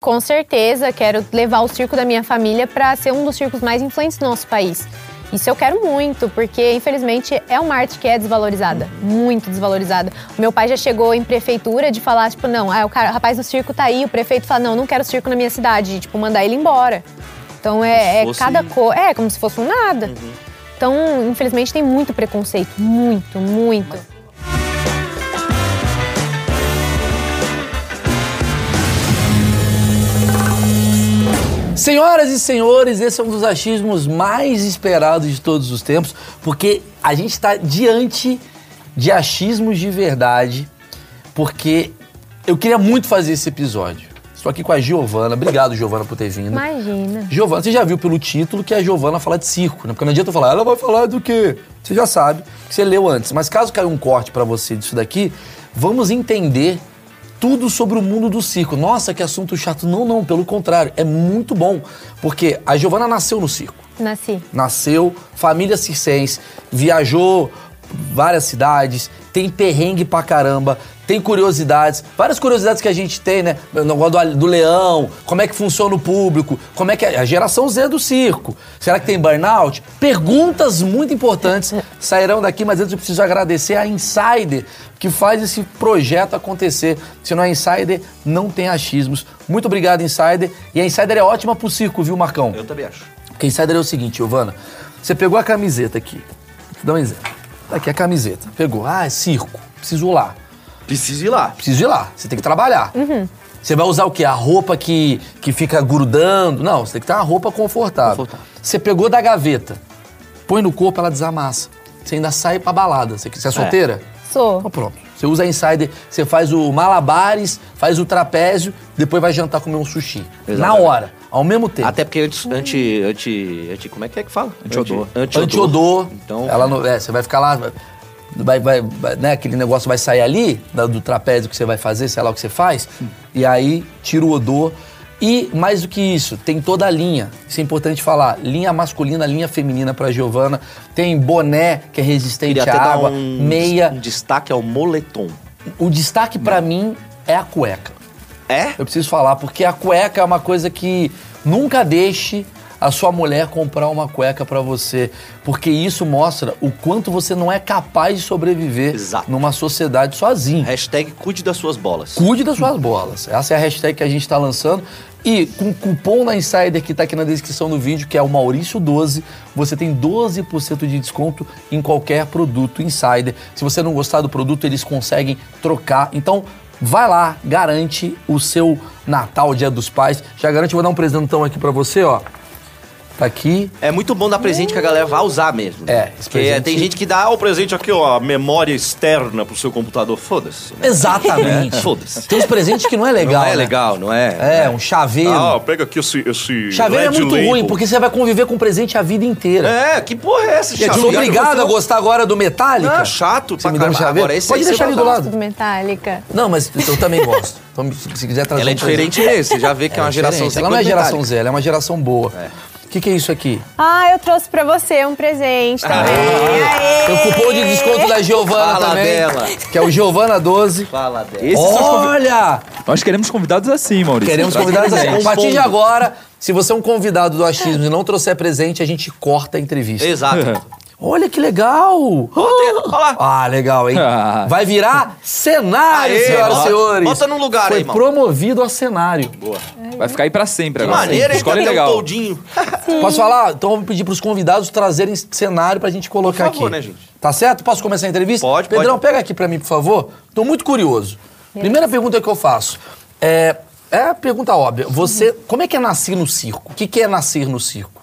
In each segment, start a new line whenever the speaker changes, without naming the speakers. Com certeza, quero levar o circo da minha família para ser um dos circos mais influentes do nosso país. Isso eu quero muito, porque infelizmente é uma arte que é desvalorizada, muito desvalorizada. O meu pai já chegou em prefeitura de falar, tipo, não, ah, o, cara, o rapaz do circo tá aí, o prefeito fala, não, não quero circo na minha cidade, e, tipo, mandar ele embora. Então é, é
fosse-
cada cor, é como se fosse um nada. Então, infelizmente, tem muito preconceito, muito, muito.
Senhoras e senhores, esse é um dos achismos mais esperados de todos os tempos, porque a gente está diante de achismos de verdade, porque eu queria muito fazer esse episódio. Estou aqui com a Giovana. Obrigado, Giovana, por ter vindo.
Imagina.
Giovana, você já viu pelo título que a Giovana fala de circo, né? Porque não adianta eu falar, ela vai falar do quê? Você já sabe, que você leu antes. Mas caso caia um corte pra você disso daqui, vamos entender tudo sobre o mundo do circo. Nossa, que assunto chato. Não, não, pelo contrário, é muito bom. Porque a Giovana nasceu no circo
Nasci.
nasceu, família circense, viajou várias cidades, tem perrengue pra caramba, tem curiosidades, várias curiosidades que a gente tem, né? O negócio do, do leão, como é que funciona o público, como é que é a geração Z do circo. Será que tem burnout? Perguntas muito importantes sairão daqui, mas antes eu preciso agradecer a Insider, que faz esse projeto acontecer. Se não é Insider, não tem achismos. Muito obrigado, Insider. E a Insider é ótima pro circo, viu, Marcão?
Eu também acho.
Porque insider é o seguinte, Giovana. Você pegou a camiseta aqui. Vou te dar um exemplo. Tá aqui a camiseta. Pegou. Ah, é circo. Preciso ir lá.
Preciso ir lá.
Preciso ir lá. Você tem que trabalhar.
Uhum.
Você vai usar o quê? A roupa que, que fica grudando. Não, você tem que ter uma roupa confortável.
Confortável.
Você pegou da gaveta. Põe no corpo, ela desamassa. Você ainda sai pra balada. Você, você é solteira? Então
Sou.
pronto. Você usa a insider, você faz o malabares, faz o trapézio, depois vai jantar comer um sushi. Na
Exatamente.
hora, ao mesmo tempo.
Até porque antes, anti, anti, anti, como é que é que fala?
Antiodor.
Anti,
antiodor.
Então,
ela não, é, você vai ficar lá, vai, vai, vai- né, aquele negócio vai sair ali da- do trapézio que você vai fazer, sei lá o que você faz, e aí tira o odor. E mais do que isso, tem toda a linha. Isso é importante falar. Linha masculina, linha feminina pra Giovana. Tem boné que é resistente
queria
à
até dar
água,
um, um
meia.
destaque ao moletom.
O destaque pra mim é a cueca.
É?
Eu preciso falar, porque a cueca é uma coisa que nunca deixe a sua mulher comprar uma cueca pra você, porque isso mostra o quanto você não é capaz de sobreviver
Exato.
numa sociedade sozinho.
Hashtag cuide das suas bolas.
Cuide das suas bolas. Essa é a hashtag que a gente está lançando. E com o cupom da Insider que está aqui na descrição do vídeo, que é o Maurício12, você tem 12% de desconto em qualquer produto Insider. Se você não gostar do produto, eles conseguem trocar. Então, vai lá, garante o seu Natal, Dia dos Pais. Já garante, vou dar um presentão aqui para você, ó. Tá aqui.
É muito bom dar presente que a galera vai usar mesmo. né?
É, esse
Porque
presente-
tem gente que dá "Ah, o presente aqui, ó, a memória externa pro seu computador. Foda-se. né?
Exatamente.
É, foda-se.
Tem uns presentes que não é legal.
Não é
né?
legal, não é?
É, um chaveiro.
Ah, pega aqui esse. esse
chaveiro é
LED
muito
label.
ruim, porque você vai conviver com presente a vida inteira.
É, que porra é essa?
Eu
chaveiro?
sou obrigado a gostar agora do Metallica?
Ah, chato
Você
pra
me dá um
caralho.
chaveiro?
Agora, esse
Pode
aí
deixar
você
ali do
vai
lado.
Tudo metálica.
Não, mas eu também gosto. Então, se se quiser trazer
Ela é
um
diferente
presente.
mesmo, você já vê que é, uma geração
diferente.
Z.
Ela não é
quanto
geração
metálica.
Z, ela é uma geração boa. O que, que é isso aqui?
Ah, eu trouxe pra você um presente também. Aê!
Tem o Ah, um cupom de desconto da
É.
Giovana
Fala
também.
dela. é
Que é o Giovana 12.
Fala dela.
Esses são os convi-
Olha!
Nós queremos convidados assim, Maurício.
é
Queremos
Traz
convidados
presente.
assim. A partir de agora, se você é um convidado do Achismo e não trouxer presente, a gente corta a entrevista.
Exato.
Olha que legal!
Olha lá.
Ah, legal, hein?
Ah.
Vai virar cenário,
Aê,
senhoras e
bota-
senhores.
bota num lugar
Foi
aí, irmão.
promovido a cenário.
Vai ficar aí pra sempre
Que
agora.
maneira, hein?
Escolha
Cadê o
legal.
toldinho?
Posso falar? Então vamos pedir pros convidados trazerem cenário pra gente colocar
Por favor,
aqui.
né, gente?
Tá certo? Posso começar a entrevista?
Pode,
Pedrão,
pode.
pega aqui pra mim, por favor. Tô muito curioso. Primeira pergunta que eu faço. É, é a pergunta óbvia. Você, como é que é nascer no circo? O que, que é nascer no circo?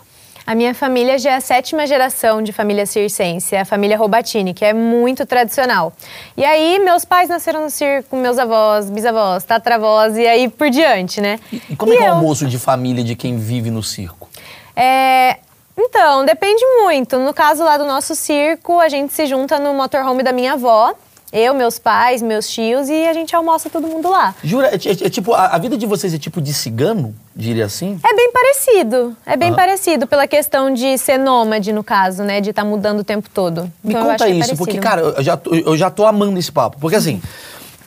A minha família já é a sétima geração de família circense, é a família Robatini, que é muito tradicional. E aí, meus pais nasceram no circo, meus avós, bisavós, tatravós, e aí por diante, né?
E como é que é o
eu-
almoço de família de quem vive no circo?
É, Então, depende muito. No caso lá do nosso circo, a gente se junta no motorhome da minha avó, eu, meus pais, meus tios, e a gente almoça todo mundo lá.
Jura, é, ti- é tipo, a, a vida de vocês é tipo de cigano, diria assim?
É bem parecido, é bem parecido pela questão de ser nômade, no caso, né? De estar mudando o tempo todo.
Me
Então, eu acho
conta
que é
isso,
parecido.
porque, cara, eu já, tô, eu já tô amando esse papo. Porque assim,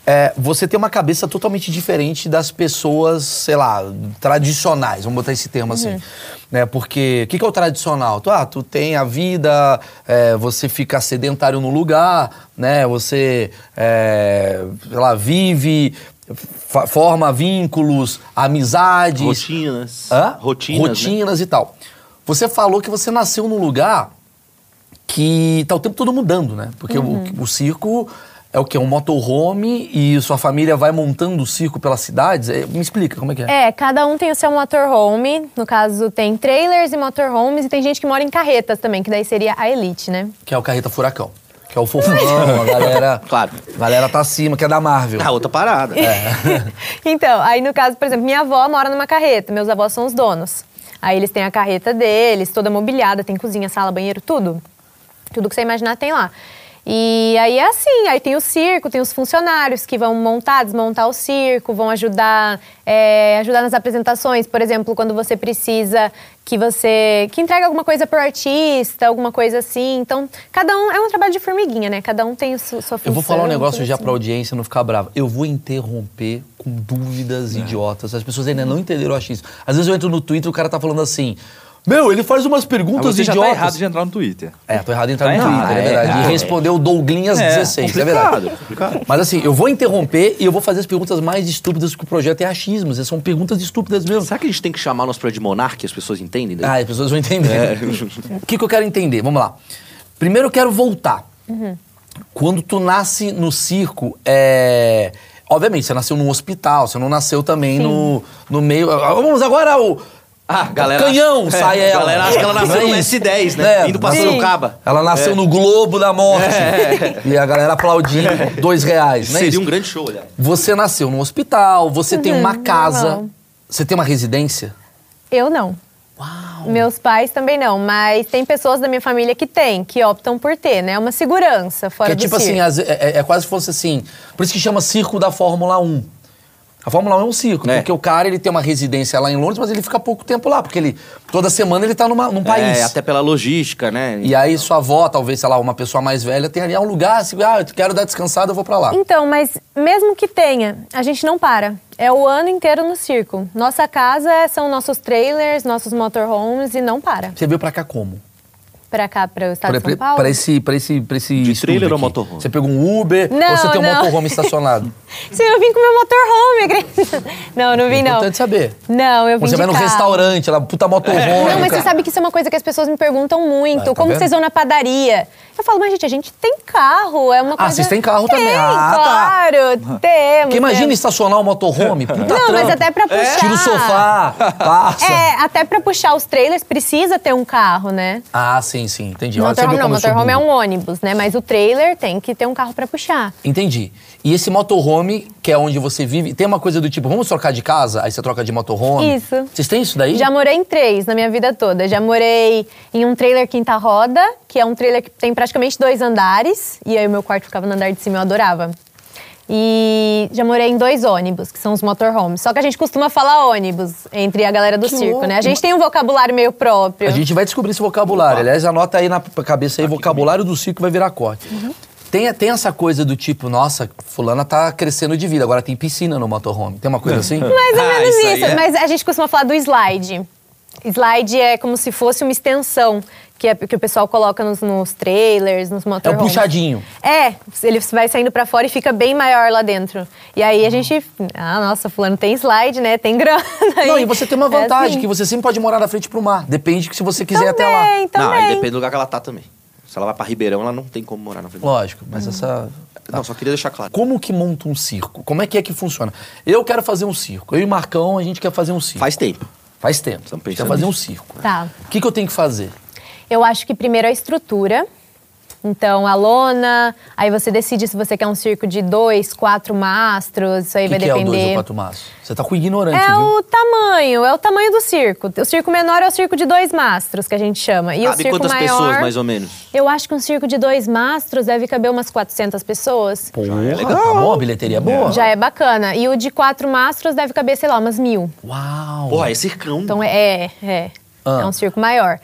é, você tem uma cabeça totalmente diferente das pessoas, sei lá, tradicionais, vamos botar esse termo
Uhum.
assim. Né? Porque o que, que é o tradicional? Tu, ah, tu tem a vida, é, você fica sedentário no lugar, né? Você, é, sei lá, vive, fa- forma vínculos, amizades.
Rotinas.
Hã?
Rotinas. né?
Rotinas e tal. Você falou que você nasceu num lugar que tá o tempo todo mudando, né? Porque o- o, circo é o quê? Um motorhome e sua família vai montando o circo pelas cidades? É, me explica como é que é.
É, cada um tem o seu motorhome. No caso, tem trailers e motorhomes. E tem gente que mora em carretas também, que daí seria a elite, né?
Que é o Carreta Furacão. Que é o fofão, a galera...
Claro.
A galera tá acima, que é da Marvel.
Ah, outra parada.
É.
então, aí no caso, por exemplo, minha avó mora numa carreta, meus avós são os donos. Aí eles têm a carreta deles, toda mobiliada, tem cozinha, sala, banheiro, tudo. Tudo que você imaginar tem lá. E aí é assim, aí tem o circo, tem os funcionários que vão montar, desmontar o circo, vão ajudar, é, ajudar nas apresentações, por exemplo, quando você precisa que você que entregue alguma coisa pro artista, alguma coisa assim. Então, cada um é um trabalho de formiguinha, né? Cada um tem o su- sua função.
Eu vou falar um negócio
tudo
já
assim.
pra audiência não ficar brava. Eu vou interromper com dúvidas idiotas. As pessoas ainda não entenderam a X. Às vezes eu entro no Twitter e o cara tá falando assim: Meu, ele faz umas
Ah,
perguntas
você já tá
idiotas.
errado de entrar no Twitter.
É, tô errado em entrar
Tá
no
errado,
Twitter, é,
é
verdade.
errado.
E respondeu Douglinhas
É,
16, é
complicado,
verdade.
complicado.
Mas assim, eu vou interromper e eu vou fazer as perguntas mais estúpidas que o projeto é achismo. Essas São perguntas estúpidas mesmo.
Será que a gente tem que chamar o nosso prédio de monarca? As pessoas entendem? né?
Ah, as pessoas vão entender. O que, que eu quero entender? Vamos lá. Primeiro eu quero voltar. Quando tu nasce no circo, é. Obviamente, você nasceu num hospital, você não nasceu também no, no meio. Ah, Vamos agora o.
Ah, galera.
Canhão,
acha-
sai
é,
ela.
galera acha que ela nasceu no
Não é isso?
S10, né?
É,
Indo pra
Sim.
Sorocaba. É.
Ela nasceu no Globo da Morte. E a galera aplaudindo dois reais. Não é
Seria
isso?
um grande show, olha.
Você nasceu num hospital, você tem uma casa,
Uhum, normal.
você tem uma residência.
Eu não. Meus pais também não, mas tem pessoas da minha família que têm, que optam por ter, né? É uma segurança fora
que é
do
tipo
circo.
assim, as- é, é- é quase fosse assim. Por isso que chama circo da Fórmula 1. A Fórmula 1 é um circo,
É.
porque o cara ele tem uma residência lá em Londres, mas ele fica pouco tempo lá, porque ele toda semana ele tá numa, num país.
É, até pela logística, né?
E é aí sua avó, talvez, sei lá, uma pessoa mais velha, tem ali ah, um lugar, assim, ah, eu quero dar descansada, eu vou pra lá.
Então, mas mesmo que tenha, a gente não para. É o ano inteiro no circo. Nossa casa é- são nossos trailers, nossos motorhomes e não para.
Você veio pra cá como?
Pra cá, para o estado
Pra,
Tá, de São
pra,
Paulo.
pra esse, pra esse, pra esse
De
estúdio
trailer ou
aqui.
motorhome?
Você pegou um Uber ou
Não,
você tem um
não.
motorhome estacionado?
Sim, eu vim com meu motorhome, acredita? Não, não vim não.
Importante saber.
Não, eu vim
Você
de
vai num
carro.
restaurante, ela puta motorhome.
Não, mas
cara.
você sabe que isso é uma coisa que as pessoas me perguntam muito.
Ah, tá
como
vendo?
vocês vão na padaria? Eu falo, mas gente, a gente tem carro, é uma coisa...
vocês têm carro também.
Tem,
Ah, tá.
claro, temos.
Porque imagina
temos.
estacionar um motorhome, puta
é. Não, mas
trampo. É?
até pra puxar.
Tira o sofá, passa.
É, até pra puxar os trailers precisa ter um carro, né?
Ah, sim, sim, entendi. Olha, você
Motorhome
viu
não,
como eu sou
motorhome é
burro.
um ônibus, né? Mas o trailer tem que ter um carro pra puxar.
Entendi. E esse motorhome, que é onde você vive, tem uma coisa do tipo, vamos trocar de casa? Aí você troca de motorhome?
Isso.
Vocês têm isso daí?
Já morei em três na minha vida toda. Já morei em um trailer quinta roda, que é um trailer que tem praticamente dois andares. E aí o meu quarto ficava no andar de cima, eu adorava. E já morei em dois ônibus, que são os motorhomes. Só que a gente costuma falar ônibus entre a galera do circo, né? A gente tem um vocabulário meio próprio.
A gente vai descobrir esse vocabulário. Aliás, anota aí na p- cabeça aí, vocabulário do circo vai virar corte.
Uhum.
Tem, tem essa coisa do tipo, nossa, fulana tá crescendo de vida, agora tem piscina no motorhome. Tem uma coisa assim?
Mais ou
Ah,
menos
isso
isso,
aí é-
mas a gente costuma falar do slide. Slide é como se fosse uma extensão que, é- que o pessoal coloca nos, nos trailers, nos
É o
motorhomes.
puxadinho.
É, ele vai saindo pra fora e fica bem maior lá dentro. E aí a gente, ah, nossa, fulano tem slide, né? Tem grana.
Não,
aí.
e você tem uma
É
vantagem,
assim. Então
que você sempre pode morar na frente pro mar. Depende que se você quiser até lá.
também,
Não,
também.
aí depende do lugar que ela tá também. Se ela vai pra Ribeirão, ela não tem como morar na frente.
Lógico, mas
Uhum.
essa.
Não, só queria deixar claro.
Como que monta um circo? Como é que é que funciona? Eu quero fazer um circo. Eu e Marcão, a gente quer fazer um circo.
Faz tempo.
Faz tempo.
Estamos
A gente quer
pensando
fazer um
nisso.
circo.
Tá.
O que, que eu tenho que fazer?
Eu acho que primeiro a estrutura. Então, a lona, aí você decide se você quer um circo de dois, quatro mastros, isso aí
O que,
vai
que é o
depender.
dois ou quatro maços? Você tá com ignorante,
É
viu?
o tamanho, é o tamanho do circo. O circo menor é o circo de dois mastros, que a gente chama. E o
Sabe
circo
quantas
maior,
pessoas, mais ou menos?
Eu acho que um circo de dois mastros deve caber umas 400 pessoas.
Porra, Tá bom, a bilheteria é boa.
Já é bacana. E o de quatro mastros deve caber, sei lá, umas mil.
Uau.
Porra, é circão.
Então é, é. é.
Ah.
É um circo maior.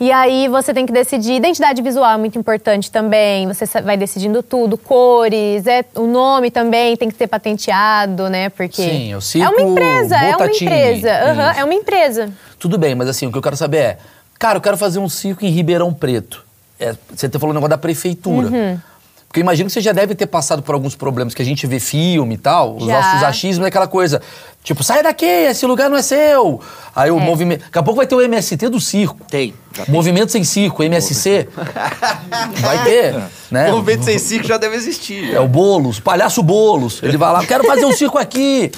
E aí você tem que decidir. Identidade visual é muito importante também. Você sa- vai decidindo tudo, cores, é, o nome também tem que ser patenteado, né? Porque.
Sim, o
É
Circo
uma empresa, é uma
Botatini.
empresa. Aham,
Isso.
é uma empresa.
Tudo bem, mas assim, o que eu quero saber é... Cara, eu quero fazer um circo em Ribeirão Preto. É, você até falou o negócio da prefeitura.
Uhum.
Porque eu imagino que você já deve ter passado por alguns problemas que a gente vê filme e tal. Os
Já.
nossos achismos é aquela coisa. Tipo, sai daqui, esse lugar não é seu. Aí
É.
o movimento... Daqui a pouco vai ter o MST do circo.
Tem.
Movimento Sem Circo, MSC. vai ter, né?
O movimento sem circo já deve existir.
É o Boulos, palhaço Boulos. Ele vai lá, quero fazer um circo aqui.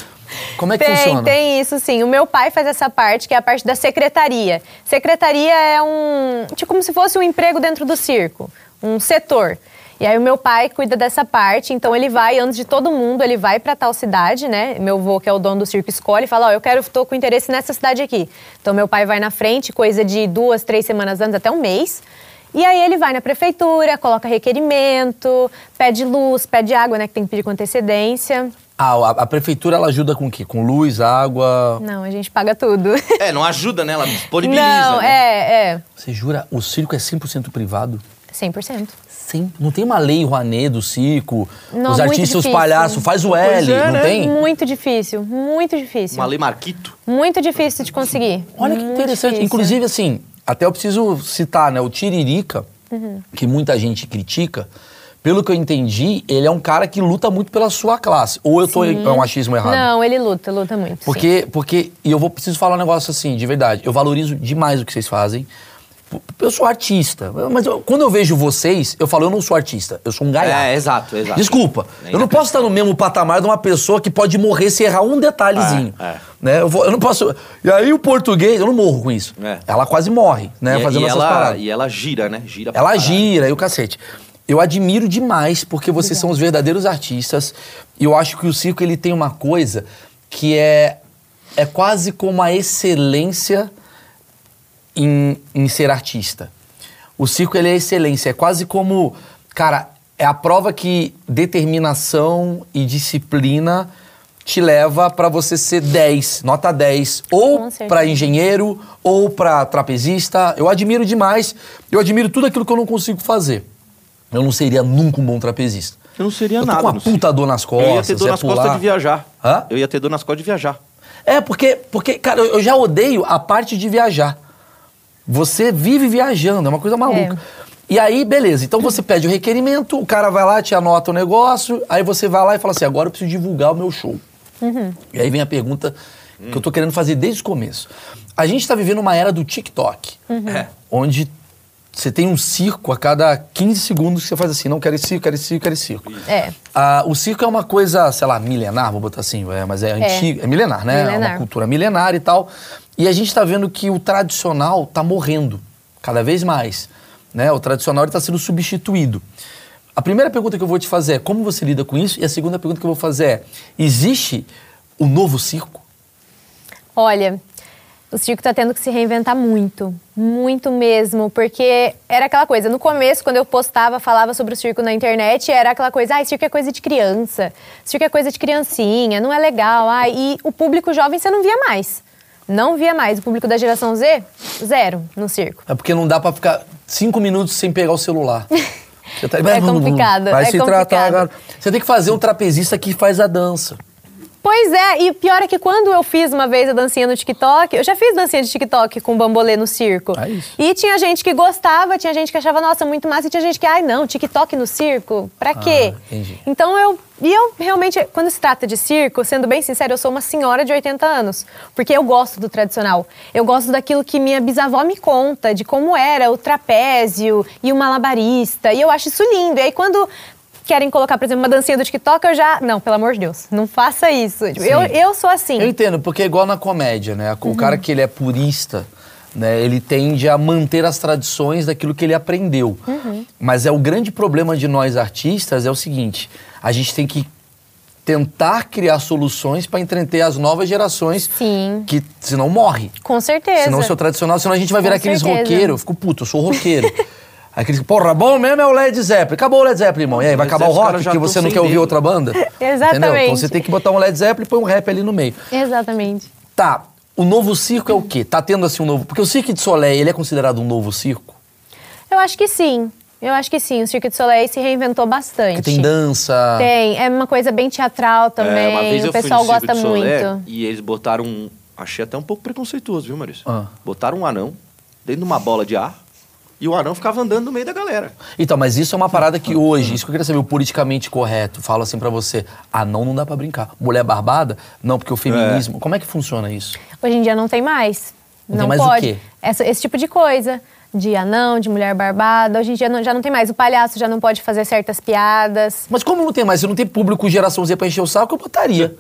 Como é que
tem,
funciona?
tem isso sim. O meu pai faz essa parte, que é a parte da secretaria. Secretaria é um. Tipo, como se fosse um emprego dentro do circo, um setor. E aí o meu pai cuida dessa parte, então ele vai, antes de todo mundo, ele vai pra tal cidade, né? Meu avô, que é o dono do circo, escolhe e fala, ó, eu quero, tô com interesse nessa cidade aqui. Então meu pai vai na frente, coisa de duas, três semanas antes, até um mês. E aí ele vai na prefeitura, coloca requerimento, pede luz, pede água, né? Que tem que pedir com antecedência.
Ah, a, a prefeitura ela ajuda com o quê? Com luz, água.
Não, a gente paga tudo.
É, não ajuda, né? Ela disponibiliza.
Não,
né?
é, é.
Você jura? O circo é 100% privado?
100%.
Sim. Não tem uma lei Rouanet do circo?
Não,
os
muito
artistas, os
difícil. é, né?
palhaços, faz o L, É, não tem?
Muito difícil, muito difícil.
Uma lei Marquito.
Muito difícil de conseguir.
Olha que
Muito
interessante.
difícil. é.
Inclusive, assim, até eu preciso citar, né? O Tiririca,
Uhum.
que muita gente critica, pelo que eu entendi, ele é um cara que luta muito pela sua classe. Ou eu tô é um achismo errado.
Não, ele luta, luta muito. sim.
Porque, porque, e eu vou preciso falar um negócio assim, de verdade. Eu valorizo demais o que vocês fazem. P- Eu sou artista, mas eu- quando eu vejo vocês, eu falo, eu não sou artista, eu sou um gaiato.
É, exato, exato.
Desculpa, eu não posso estar no mesmo patamar de uma pessoa que pode morrer se errar um detalhezinho.
É, é.
Né? Eu, vou- eu não posso. E aí o português, eu não morro com isso.
É.
Ela quase morre, né?
e,
fazendo
e
essas
ela,
paradas.
E ela gira, né? Gira pra
Ela
caralho.
gira e o cacete. Eu admiro demais porque vocês são os verdadeiros artistas. E eu acho que o circo ele tem uma coisa que é é quase como a excelência em, em ser artista. O circo ele é excelência, é quase como, cara, é a prova que determinação e disciplina te leva pra você ser 10, nota 10, ou
Com certeza.
pra engenheiro ou pra trapezista. Eu admiro demais. Eu admiro tudo aquilo que eu não consigo fazer. Eu não seria nunca um bom trapezista.
Eu não seria
eu tô
nada,
Com uma
não sei.
puta dor nas costas.
eu ia ter dor
é
nas
pular.
costas de viajar.
Hã?
Eu ia ter dor nas costas de viajar.
É, porque, porque, cara, eu eu já odeio a parte de viajar. Você vive viajando, é uma coisa maluca. E aí, beleza. Então você pede o requerimento, o cara vai lá, te anota o negócio, aí você vai lá e fala assim: agora eu preciso divulgar o meu show. E aí vem a pergunta que eu tô querendo fazer desde o começo. A gente tá vivendo uma era do TikTok,
Uhum.
Uhum.
É.
onde você tem um circo a cada 15 segundos que você faz assim: não quero esse circo, quero esse circo, quero esse circo.
É.
Ah, o circo é uma coisa, sei lá, milenar, vou botar assim, é, mas é, antigo. É milenar, né? É uma
Milenar.
cultura milenar e tal. E a gente tá vendo que o tradicional tá morrendo cada vez mais. Né? O tradicional está sendo substituído. A primeira pergunta que eu vou te fazer é como você lida com isso? E a segunda pergunta que eu vou fazer é: existe o novo circo?
Olha, o circo tá tendo que se reinventar muito, muito mesmo, porque era aquela coisa, no começo, quando eu postava, falava sobre o circo na internet, era aquela coisa, ah, circo é coisa de criança, circo é coisa de criancinha, não é legal, ah, e o público jovem você não via mais. Não via mais. O público da geração Z, zero no circo.
É porque não dá pra ficar cinco minutos sem pegar o celular. Você tá-
É complicado,
Vai
é
se tratar
complicado.
agora. Você tem que fazer um trapezista que faz a dança.
Pois é, e pior é que quando eu fiz uma vez a dancinha no TikTok, eu já fiz dancinha de TikTok com bambolê no circo.
Ah, isso.
E tinha gente que gostava, tinha gente que achava, nossa, muito massa, e tinha gente que, ai não, TikTok no circo, pra quê?
Ah, entendi.
Então eu. E eu realmente, quando se trata de circo, sendo bem sincera, eu sou uma senhora de 80 anos. Porque eu gosto do tradicional. Eu gosto daquilo que minha bisavó me conta, de como era o trapézio e o malabarista. E eu acho isso lindo. E aí quando. Querem colocar, por exemplo, uma dancinha do TikTok, eu já. Não, pelo amor de Deus, não faça isso. Eu, eu sou assim.
Eu entendo, porque é igual na comédia, né?
Uhum.
O cara que ele é purista, né? Ele tende a manter as tradições daquilo que ele aprendeu.
Uhum.
Mas é o grande problema de nós artistas é o seguinte: a gente tem que tentar criar soluções para entreter as novas gerações
Sim.
que senão morre.
Com certeza.
Senão o seu tradicional, senão a gente vai virar
Com
aqueles
certeza.
roqueiros. Eu fico puto, eu sou roqueiro. Aqueles, porra, bom mesmo é o Led Zeppelin. Acabou o Led Zeppelin, irmão. E aí, vai
Led
acabar o
Zeppelin, os caras
rock
já
que
tão
você não
sem
quer ouvir
dedo.
outra banda? Entendeu? Então
Exatamente.
você tem que botar um Led Zeppelin e põe um rap ali no meio.
Exatamente.
Tá. O novo circo é o quê? Tá tendo assim um novo. Porque o Cirque de Soleil, ele é considerado um novo circo?
Eu acho que sim. Eu acho que sim. O Cirque du Soleil se reinventou bastante.
Porque tem dança.
Tem. É uma coisa bem teatral também.
É, uma vez eu
o pessoal
fui no Cirque
gosta
du Soleil
muito.
E eles botaram um. Achei até um pouco preconceituoso, viu, Maurício?
Ah.
Botaram um anão dentro de uma bola de ar e o anão ficava andando no meio da galera.
Então, mas isso é uma parada que hoje, isso que eu queria saber, o politicamente correto. Fala assim pra você: ah, não, não dá pra brincar. Mulher barbada? Não, porque o feminismo. Como é que funciona isso?
Hoje em dia não tem mais.
Não
Não,
tem mais o
pode.
quê?
Essa- esse tipo de coisa. De anão, de mulher barbada. Hoje em dia não- já não tem mais. O palhaço já não pode fazer certas piadas.
Mas como não tem mais, se não tem público geração Z pra encher o saco, eu botaria.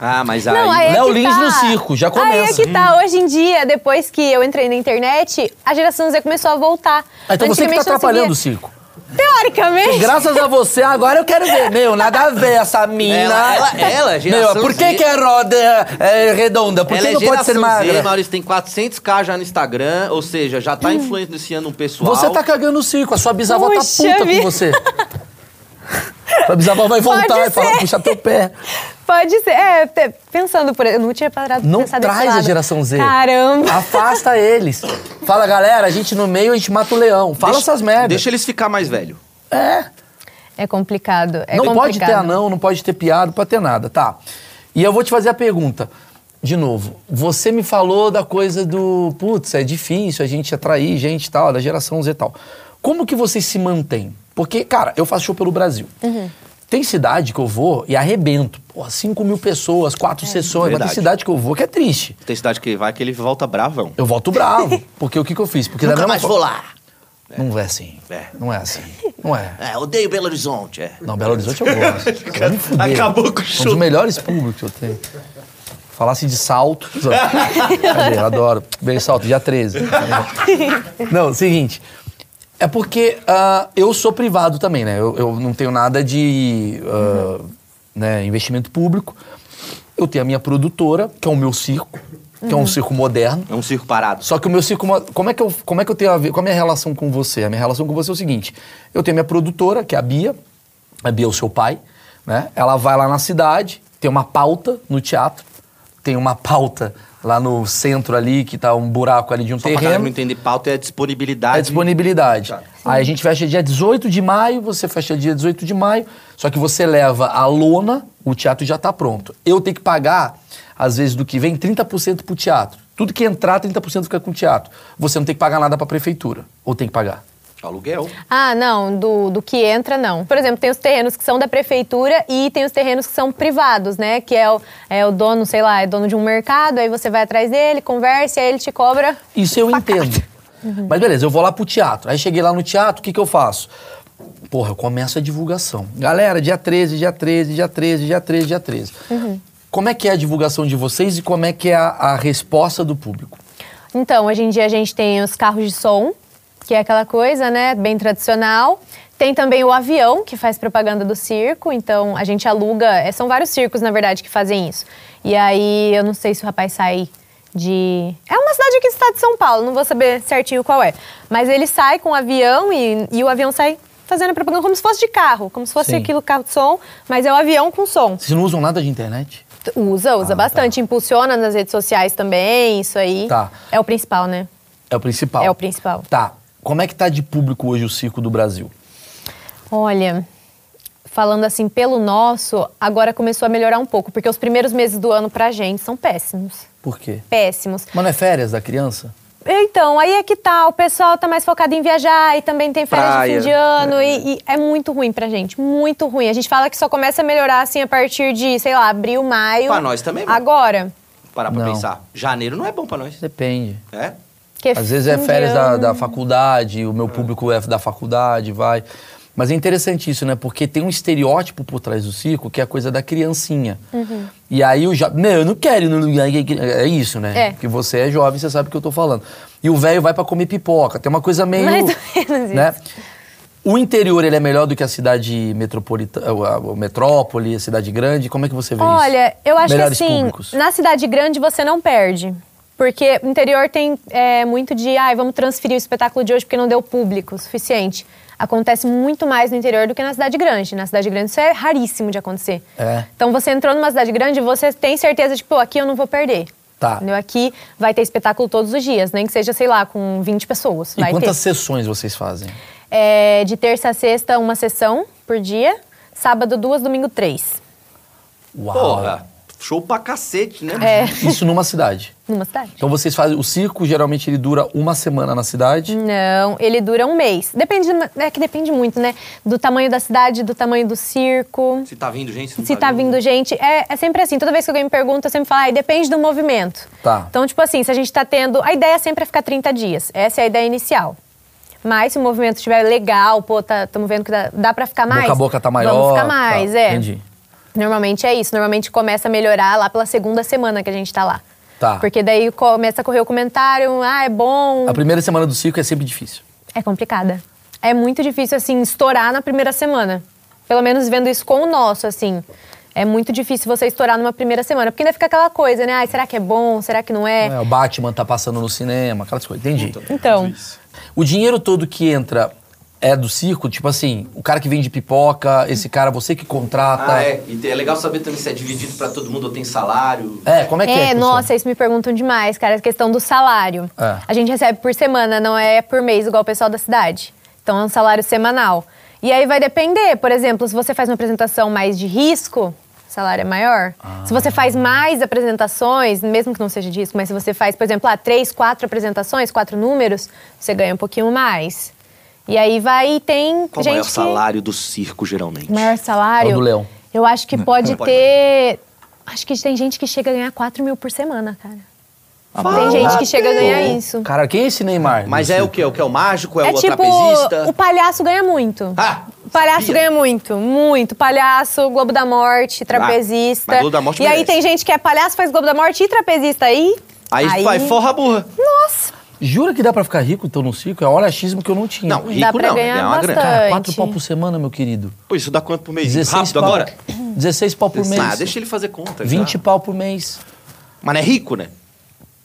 Ah, mas
Não, aí é
Léo
que
Lins
tá.
no circo, já
Aí é
começa.
que tá. Hoje em dia, depois que eu entrei na internet, a geração Z começou a voltar.
Ah, então você que
Antigamente
tá
não se
atrapalhando
via.
o circo.
Teoricamente.
Graças a você, agora eu quero ver. Meu, nada a ver essa mina.
Ela- ela- ela é
Meu,
geração
por que,
Z.
que é roda, é redonda? Por que
Ela é
não pode ser
geração Z,
magra? Hum.
Maurício tem 400k já no Instagram, ou seja, já tá influenciando um pessoal.
Você tá cagando o circo, a sua bisavó
Puxa
tá puta
vida.
com você. Sua bisavó vai
Pode
voltar e falar,
ser.
puxa teu pé.
Pode ser. É, pe- pensando por. Eu não tinha parado de
Não
pensar desse
traz a
lado.
geração Z. Ah.
Caramba.
Afasta eles. Fala, galera, a gente no meio, a gente mata o leão. Fala
Deixa-
essas merdas.
Deixa eles ficar mais velho.
É.
É complicado. É
não
complicado.
pode ter anão, não pode ter piada, não pode ter nada, tá? E eu vou te fazer a pergunta. De novo, você me falou da coisa do, putz, é difícil a gente atrair gente e tal, da geração Z e tal. Como que vocês se mantêm? Porque, cara, eu faço show pelo Brasil.
Uhum.
Tem cidade que eu vou e arrebento. Pô, 5 mil pessoas, quatro
É.
sessões. Mas tem
Verdade.
cidade que eu vou que é triste.
Tem cidade que ele vai que ele volta bravão.
Eu volto bravo. porque o que, que eu fiz? Porque da
Nunca
mesma
mais
fo-
vou lá.
Não é assim.
É.
Não é assim. Não é.
É, odeio Belo Horizonte, é.
Não, Belo Horizonte eu gosto. Quero me fuder.
Acabou com o
Um
show.
dos melhores públicos que eu tenho. Falasse de salto. Cadê? Eu Adoro. Beijo, salto, dia 13. Não, seguinte. É porque ah, eu sou privado também, né? Eu, eu não tenho nada de ah, né, investimento público. Eu tenho a minha produtora, que é o meu circo, que é um circo moderno.
É um circo parado.
Só que o meu circo. mo- Como é que eu, como é que eu tenho a ver? Qual é a minha relação com você? A minha relação com você é o seguinte: eu tenho minha produtora, que é a Bia. A Bia é o seu pai, né? Ela vai lá na cidade, tem uma pauta no teatro, tem uma pauta lá no centro ali, que tá um buraco ali de um
Só pra galera
terreno.
não entender, pauta é disponibilidade.
É disponibilidade. Aí a gente fecha dia 18 de maio, você fecha dia 18 de maio, só que você leva a lona, o teatro já tá pronto. Eu tenho que pagar, às vezes, do que vem, 30% pro teatro. Tudo que entrar, 30% fica com o teatro. Você não tem que pagar nada pra prefeitura. Ou tem que pagar?
Aluguel.
Ah, não, do, do que entra, não. Por exemplo, tem os terrenos que são da prefeitura e tem os terrenos que são privados, né? Que é o, é o dono, sei lá, é dono de um mercado, aí você vai atrás dele, conversa, e aí ele te cobra.
Isso eu entendo.
Uhum.
Mas beleza, eu vou lá pro teatro. Aí cheguei lá no teatro, o que, que eu faço? Porra, eu começo a divulgação. Galera, dia 13, dia 13, dia 13, dia 13, dia 13.
Uhum.
Como é que é a divulgação de vocês e como é que é a, a resposta do público?
Então, hoje em dia a gente tem os carros de som, que é aquela coisa, né, bem tradicional. Tem também o avião, que faz propaganda do circo. Então, a gente aluga. é, São vários circos, na verdade, que fazem isso. E aí, eu não sei se o rapaz sai de. É uma cidade aqui do estado de São Paulo, não vou saber certinho qual é. Mas ele sai com o avião e, e o avião sai fazendo propaganda como se fosse de carro, como se fosse
Sim.
aquilo carro de som, mas é o avião com som.
Vocês não usam nada de internet?
Usa,
Ah,
usa bastante. Impulsiona nas redes sociais também, isso aí.
Tá.
É o principal, né?
É o principal.
É o principal.
Tá. Como é que tá de público hoje o circo do Brasil?
Olha, falando assim pelo nosso, agora começou a melhorar um pouco, porque os primeiros meses do ano pra gente são péssimos.
Por quê?
Péssimos.
Mas não é férias da criança?
Então, aí é que tá, o pessoal tá mais focado em viajar e também tem férias de
Praia.
fim de ano e, e é muito ruim pra gente, muito ruim. A gente fala que só começa a melhorar assim a partir de, sei lá, abril, maio.
Pra nós também, mano.
Agora.
Parar pra
Não.
pensar. Janeiro não é bom pra nós.
Depende.
É?
que
Às vezes é
fim de
férias da,
ano.
da faculdade, o meu público é da faculdade, vai. Mas é interessante isso, né? Porque tem um estereótipo por trás do circo que é a coisa da criancinha.
Uhum.
E aí o jovem. Meu, eu não quero ir no lugar. que- que-" É isso, né?
É.
Porque você é jovem, você sabe o que eu tô falando. E o velho vai pra comer pipoca. Tem uma coisa meio.
Mais ou menos
né? O interior ele é melhor do que a cidade metropolitana, a metrópole, a cidade grande. Como é que você vê isso?
Olha, eu acho
Melhores
que assim,
públicos.
na cidade grande você não perde. Porque o interior tem é, muito de, ai, vamos transferir o espetáculo de hoje porque não deu público o suficiente. Acontece muito mais no interior do que na cidade grande. Na cidade grande isso é raríssimo de acontecer.
É.
Então você entrou numa cidade grande, você tem certeza de, pô, aqui eu não vou perder.
Tá.
Entendeu? Aqui vai ter espetáculo todos os dias, nem que seja, sei lá, com 20 pessoas.
E
vai
quantas
ter.
sessões vocês fazem?
É, de terça a sexta, uma sessão por dia. Sábado, duas, domingo, três.
Uau!
Porra, show pra cacete, né?
É,
Isso numa cidade.
numa cidade.
Então vocês fazem. O circo geralmente ele dura uma semana na cidade.
Não, ele dura um mês. Depende, é que depende muito, né? Do tamanho da cidade, do tamanho do circo.
Se tá vindo gente, se, não
Se tá vindo gente, é, é sempre assim. Toda vez que alguém me pergunta, eu sempre falo, ah, depende do movimento.
Tá.
Então, tipo assim, se a gente tá tendo. A ideia sempre é ficar 30 dias. Essa é a ideia inicial. Mas se o movimento estiver legal, pô, tá, tamo vendo que dá, dá pra ficar mais.
Boca a boca tá maior.
Vamos ficar
tá.
mais, é.
Entendi.
Normalmente é isso. Normalmente começa a melhorar lá pela segunda semana que a gente tá lá.
Tá.
Porque daí começa a correr o comentário, ah, é bom.
A primeira semana do circo é sempre difícil.
É complicada. É muito difícil, assim, estourar na primeira semana. Pelo menos vendo isso com o nosso, assim. É muito difícil você estourar numa primeira semana. Porque ainda fica aquela coisa, né? Ai, será que é bom? Será que não é?
É, o Batman tá passando no cinema, aquelas coisas. Entendi.
Então,
O dinheiro todo que entra é do circo? Tipo assim, o cara que vende pipoca, esse cara, você que contrata.
Ah, é. E é legal saber também se é dividido pra todo mundo ou tem salário.
É, como é que é?
é,
que funciona?
nossa, isso me perguntam demais, cara. A questão do salário.
É.
A gente recebe por semana, não é por mês, igual o pessoal da cidade. Então, é um salário semanal. E aí vai depender. Por exemplo, se você faz uma apresentação mais de risco, o salário é maior. Se você faz
Ah.
mais apresentações, mesmo que não seja de risco, mas se você faz, por exemplo, ah, três, quatro apresentações, quatro números, você ganha um pouquinho mais. E aí vai e tem
Qual
gente
é o maior
que-
salário do circo, geralmente?
o maior salário.
É o do leão.
Eu acho que pode
pode
ter. Acho que tem gente que chega a ganhar 4 mil por semana, cara. tem gente que chega a ganhar isso.
Cara, quem é esse Neymar?
Mas
Do
é o
circo?
que? O que é o mágico? É,
é
o
tipo,
trapezista?
o palhaço ganha muito.
Ah,
O palhaço
sabia.
ganha muito, muito. Palhaço, Globo da Morte, trapezista.
Ah, mas Globo da Morte
e aí
merece.
tem gente que é palhaço, faz Globo da Morte e trapezista aí.
Aí, vai forra a burra.
Nossa,
Jura que dá pra ficar rico então no circo? É um achismo que eu não tinha.
Não,
dá
rico
pra
não, né?
ganhar
É uma grana.
bastante.
Cara, quatro pau por semana, meu querido.
Pô, isso dá quanto por mês?
16
Rápido
pau.
agora?
16 pau por mês.
Ah, deixa ele fazer conta.
20
já.
pau por mês.
Mas não é rico, né?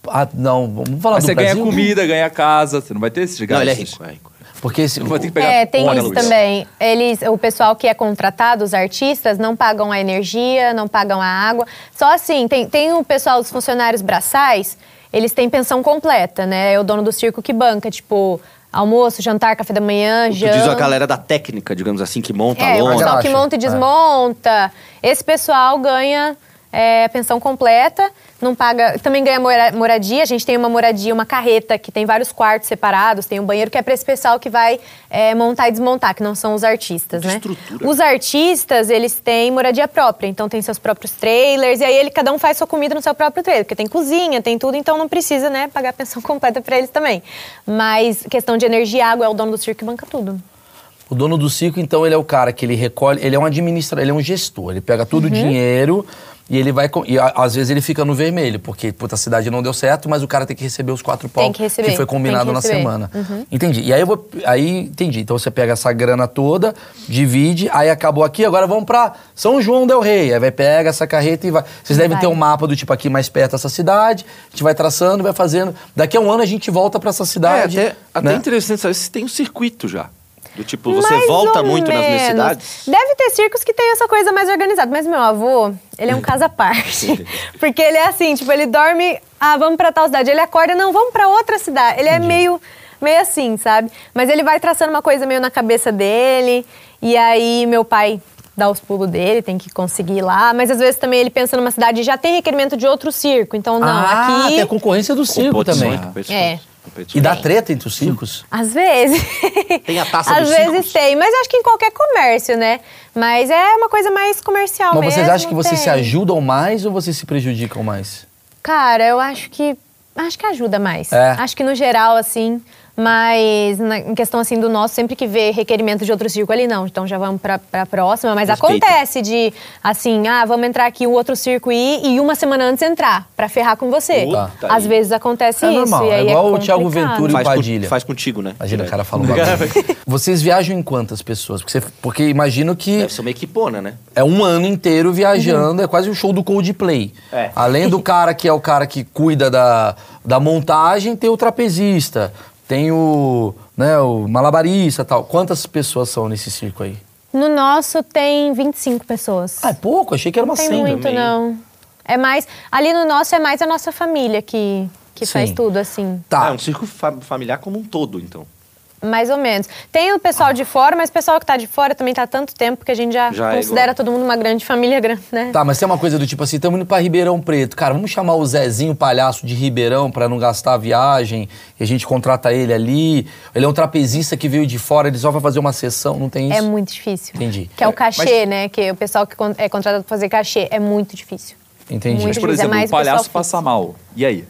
Ah, não, vamos falar
Mas
do
você ganha
Brasil.
comida, ganha casa, você não vai ter esses
Não,
gastos.
ele é rico. É rico.
Porque esse,
Você vai ter que pegar
É, tem
ônibus.
isso também. Eles, o pessoal que é contratado, os artistas, não pagam a energia, não pagam a água. Só assim, tem, tem o pessoal dos funcionários braçais, eles têm pensão completa, né? É o dono do circo que banca, tipo, almoço, jantar, café da manhã,
Tu diz a
janta.
galera da técnica, digamos assim, que monta
É, o
longe.
pessoal que
Relaxa,
monta e
é.
desmonta. Esse pessoal ganha é, pensão completa, não paga, também ganha mora- moradia. A gente tem uma moradia, uma carreta que tem vários quartos separados, tem um banheiro que é para esse pessoal que vai é, montar e desmontar, que não são os artistas,
Que
né?
estrutura.
Os artistas, eles têm moradia própria, então tem seus próprios trailers e aí ele cada um faz sua comida no seu próprio trailer, porque tem cozinha, tem tudo, então não precisa, né, pagar pensão completa para eles também. Mas questão de energia e água é o dono do circo que banca tudo.
O dono do circo, então, ele é o cara que ele recolhe, ele é um administrador, ele é um gestor, ele pega todo o
Uhum.
dinheiro e ele vai. com- E a- às vezes ele fica no vermelho, porque puta, a cidade não deu certo, mas o cara tem que receber os quatro pau
Tem que receber,
foi
tem
combinado
que
na
receber. Uhum.
semana. Entendi. E aí eu vou. Aí, entendi. Então você pega essa grana toda, divide, aí acabou aqui, agora vamos pra São João Del Rei. Aí vai, pega essa carreta e vai. Vocês devem
Vai.
ter um mapa do tipo aqui mais perto dessa cidade, a gente vai traçando, vai fazendo. Daqui a um ano a gente volta pra essa cidade.
É, até, até
né?
interessante saber se tem um circuito já. Do tipo, você
Mais
volta
ou
muito nas minhas
menos.
cidades.
Deve ter circos que tem essa coisa mais organizada. Mas meu avô, ele é
Hum.
um caso à parte. Porque ele é assim, tipo, ele dorme, ah, vamos pra tal cidade. Ele acorda, não, vamos pra outra cidade. Ele é meio, meio assim, sabe? Mas ele vai traçando uma coisa meio na cabeça dele. E aí meu pai dá os pulos dele, tem que conseguir ir lá. Mas às vezes também ele pensa numa cidade e já tem requerimento de outro circo. Então, não,
ah,
aqui...
tem a concorrência do circo
Competições,
também.
competições,
É.
competições.
E dá treta entre os circos?
Às vezes.
Tem a taça
Às
dos
vezes
circos?
tem, mas acho que em qualquer comércio, né? Mas é uma coisa mais comercial
Mas vocês
mesmo,
acham que vocês se
tem.
ajudam mais ou vocês se prejudicam mais?
Cara, eu acho que acho que ajuda mais.
É.
Acho que no geral assim, mas na, em questão assim do nosso, sempre que vê requerimento de outro circo ali não, então já vamos pra, pra próxima, mas
Respeita.
acontece de assim, ah, vamos entrar aqui o outro circo e e uma semana antes entrar pra ferrar com você.
Puta
Às
aí.
vezes acontece
É
isso
normal,
e
é
aí
igual o
complicado.
Thiago Ventura.
Faz,
Padilha.
com, faz contigo, né?
Imagina, o cara fala um
Cara,
bagulho. Vocês viajam em quantas pessoas? Porque, você- porque imagino que
Deve ser uma equipona, né?
é um ano inteiro viajando, é quase um show do Coldplay.
É.
Além do cara que é o cara que cuida da, da montagem, tem o trapezista, tem o, né, o malabarista e tal. Quantas pessoas são nesse circo aí?
No nosso tem 25 pessoas.
Ah, é pouco? Achei que era uma
Tem
cena.
muito, não. É mais. Ali no nosso é mais a nossa família que, que
Sim.
faz tudo, assim.
Tá.
É um circo fa- familiar como um todo, então.
Mais ou menos. Tem o pessoal de fora, mas o pessoal que tá de fora também tá há tanto tempo que a gente já,
Já é
considera
igual.
todo mundo uma grande família grande, né?
Tá, mas tem uma coisa do tipo assim, estamos indo pra Ribeirão Preto. Cara, vamos chamar o Zezinho Palhaço de Ribeirão pra não gastar a viagem. E a gente contrata ele ali. Ele é um trapezista que veio de fora, ele só vai fazer uma sessão, não tem isso?
É muito difícil.
Entendi.
Que é o
É, mas-
cachê, né? Que o pessoal que con- é contratado pra fazer cachê é muito difícil.
Entendi.
muito
Mas, por
Mas é
exemplo,
mais
um
o pessoal
palhaço
fixo.
passa mal. E aí?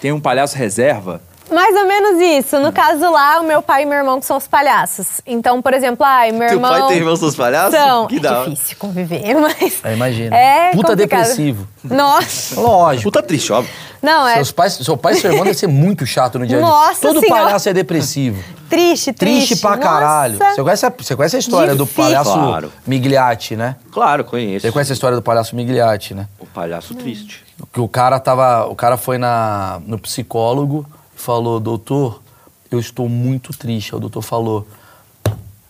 Tem um palhaço reserva?
Mais ou menos isso. No caso lá, o meu pai e meu irmão que são os palhaços. Então, por exemplo, ai, meu
Teu
irmão.
pai tem irmãos dos palhaços?
São.
Que
é
da hora. Ah,
difícil conviver, mas.
É, imagina.
É
Puta
complicado.
depressivo.
Nossa.
Lógico.
Puta triste, óbvio.
Não, é
Seus pais, seu pai e seu irmão devem ser muito chato no dia a dia.
Nossa
Todo
Senhora.
palhaço é depressivo.
triste, triste.
Triste pra
Nossa.
caralho. Você conhece, a, você conhece a história do
Difícil.
palhaço
Claro.
Migliati, né?
Claro, conheço.
Você conhece a história do palhaço Migliati, né?
O palhaço triste.
Que o cara tava. O cara foi na, no psicólogo e falou, doutor, eu estou muito triste. Aí O doutor falou: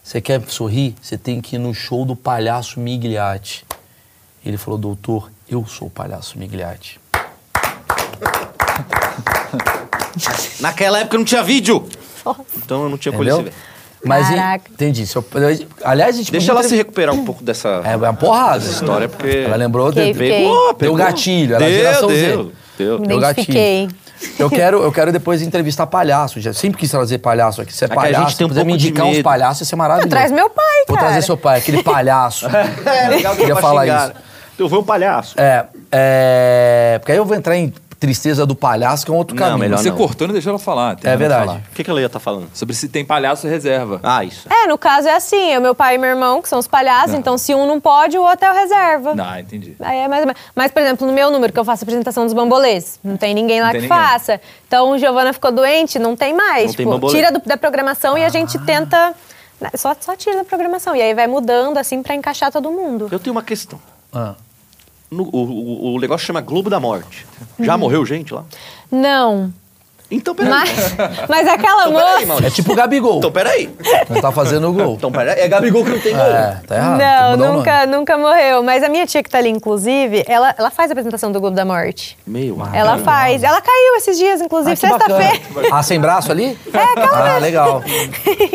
Você quer sorrir? Você tem que ir no show do palhaço Migliati. Ele falou, doutor, eu sou o palhaço Migliati.
Naquela época não tinha vídeo. Então eu não tinha
Entendeu?
como ele se ver.
Mas e-
Caraca.
entendi. Seu- aliás, a gente
Deixa
podia
ela
ter-
se recuperar um pouco dessa
É uma porrada.
história, é porque...
Ela lembrou
Fiquei,
de-
fiquei.
Pegou,
Deu
pegou.
gatilho, ela é
deu,
geração
deu,
Z.
Deu.
Me
Deu
identifiquei.
gatilho. Eu quero, eu quero depois entrevistar palhaço. Já sempre quis trazer palhaço aqui. Você é
que a gente
palhaço,
tem um
puder me
pouco de
indicar uns
medo.
palhaços, isso é maravilhoso.
Traz meu pai,
Vou
cara.
trazer seu pai, aquele palhaço.
É, legal que
Queria
pra
falar
xingar.
né?
isso.
Eu vou um palhaço.
É, é, Porque aí eu vou entrar em tristeza do palhaço, que é um outro
Não,
caminho.
melhor
Você-
Você
não.
cortou e não deixou ela falar.
É
termina de
verdade.
falar.
O que, que ela ia estar falando?
Sobre se tem palhaço reserva.
Ah, isso.
É, no caso é assim, é o meu pai e meu irmão, que são os palhaços, então se um não pode, o outro é o reserva.
Ah, entendi.
Aí é mais ou menos. Mas, por exemplo, no meu número, que eu faço a apresentação dos bambolês, não tem ninguém lá
Não
que
tem ninguém.
faça. Então, Giovana ficou doente, não tem mais. tipo,
Não tem bambolê.
tira do- da programação e a gente tenta... né, Só, só tira da programação. E aí vai mudando, assim, pra encaixar todo mundo.
Eu tenho uma questão.
Ah.
No- o, o- o negócio chama Globo da Morte. Já
Uhum.
morreu gente lá?
Não.
Então, peraí.
Mas, mas aquela
Então, peraí,
moça...
Maurício.
É tipo o Gabigol.
Então, peraí.
Não tá fazendo gol.
Então, peraí. É Gabigol que não tem gol.
É, tá errado. tem que
Não,
mudar o
nunca, nunca morreu. Mas a minha tia que tá ali, inclusive, ela, ela faz a apresentação do Globo da Morte.
Meu amor.
ela faz. Ela caiu esses dias, inclusive,
nome. Ah, que
sexta-feira.
bacana. Ah, sem braço ali? É, Ah, legal.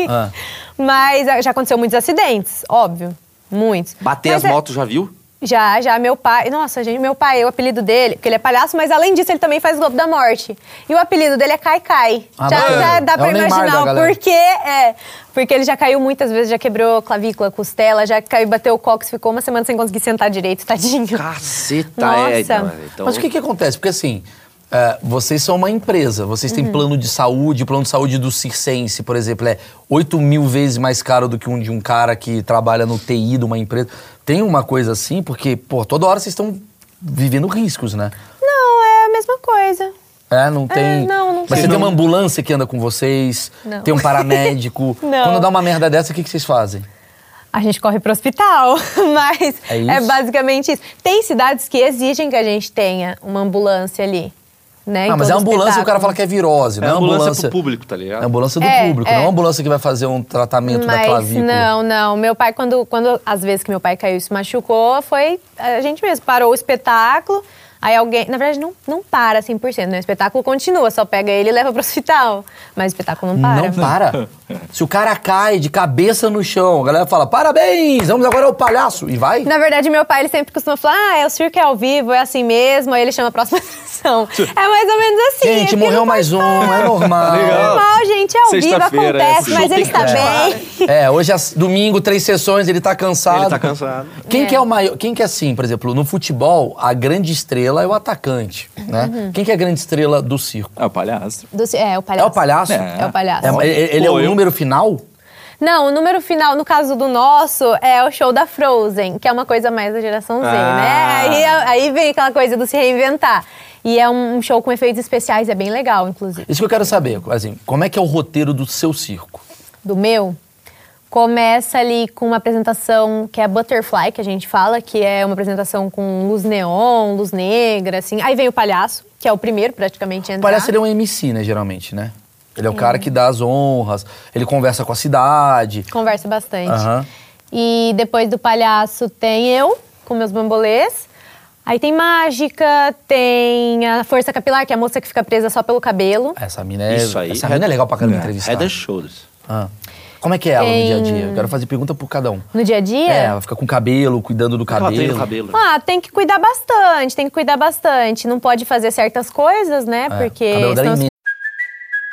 Ah.
Mas ah, já aconteceu muitos acidentes, óbvio. Muitos.
Bater
Mas
as
é-
motos, já viu?
Já, já. Meu pai. Nossa, gente, meu pai, o apelido dele, porque ele é palhaço, mas além disso, ele também faz Globo da Morte. E o apelido dele é Kai Kai.
Ah,
já,
bacana.
já dá
É o
pra
Neymar da
imaginar o
galera.
porquê. É. Porque ele já caiu muitas vezes, já quebrou clavícula, costela, já caiu, bateu o cóccix, ficou uma semana sem conseguir sentar direito, tadinho.
Caceta,
Nossa.
é. Então, é, então-
Mas o que, que acontece? Porque assim, é, vocês são uma empresa, vocês
Uhum.
têm plano de saúde, o plano de saúde do circense, por exemplo, é 8 mil vezes mais caro do que um de um cara que trabalha no TI de uma empresa. Tem uma coisa assim, porque, pô, toda hora vocês estão vivendo riscos, né?
Não, é a mesma coisa.
É, não tem.
não, não
Mas
tem.
você tem uma ambulância que anda com vocês,
Não.
tem um paramédico.
Não.
Quando dá uma merda dessa, o que, que vocês fazem?
A gente corre pro hospital, mas
É isso?
é, basicamente isso. Tem cidades que exigem que a gente tenha uma ambulância ali, né? em
ah, mas é
todo
ambulância, o cara
espetáculo.
fala que é virose, não
É
é
ambulância
ambulância.
pro público, tá ligado?
É ambulância do
É,
público,
é.
não é ambulância que vai fazer um tratamento da
Mas
clavícula.
não, não. Meu pai, quando, quando as vezes que meu pai caiu e se machucou, foi a gente mesmo. Parou o espetáculo, aí alguém... Na verdade, não, não para 100%, né? O espetáculo continua, só pega ele e leva pro hospital. Mas o espetáculo não para.
Não para. Se o cara cai de cabeça no chão, a galera fala, parabéns, vamos agora ao palhaço. E vai.
Na verdade, meu pai ele sempre costuma falar: ah, é o circo é ao vivo, é assim mesmo, aí ele chama a próxima sessão. É mais ou menos assim. é
Gente,
que
morreu
não
mais um, é normal.
Tá
É normal, gente, é ao vivo,
Sexta-feira,
acontece,
esse
mas ele
jogo tem
está
que
bem.
É, hoje é domingo, três sessões, ele tá cansado.
Ele tá cansado.
Quem
É.
que é o maior. Quem que é assim, por exemplo, no futebol, a grande estrela é o atacante, né? Quem que é a grande estrela do circo?
É o palhaço.
Do ci- é, o
É
Uhum. palhaço.
o palhaço?
É.
É o palhaço.
É, ele ele é
Pô,
o
eu-
número final?
Não, o número final, no caso do nosso, é o show da Frozen, que é uma coisa mais da geração Z,
Ah.
né? Aí, aí vem aquela coisa do se reinventar. E é um show com efeitos especiais, é bem legal, inclusive.
Isso que eu quero saber, assim, como é que é o roteiro do seu circo?
do meu, começa ali com uma apresentação que é a Butterfly, que a gente fala, que é uma apresentação com luz neon, luz negra, assim. Aí vem o palhaço, que é o primeiro praticamente a
O
entrar.
palhaço ele é um MC, né, geralmente, né? Ele é o cara que dá as honras, ele conversa com a cidade.
Conversa bastante.
Aham.
E depois do palhaço tem eu, com meus bambolês. Aí tem mágica, tem a força capilar, que é a moça que fica presa só pelo cabelo.
Essa mina é.
Isso aí.
Essa mina é legal pra caramba
É.
entrevistar.
Head and shoulders.
Ah. Como é que é ela
Tem-
no dia a dia? Eu quero fazer pergunta por cada um.
No dia a dia?
É, ela fica com o cabelo, cuidando do
Ela treina
cabelo.
o cabelo.
Ah, tem que cuidar bastante, tem que cuidar bastante. Não pode fazer certas coisas, né?
É,
Porque
o cabelo dela é
senão
imenso.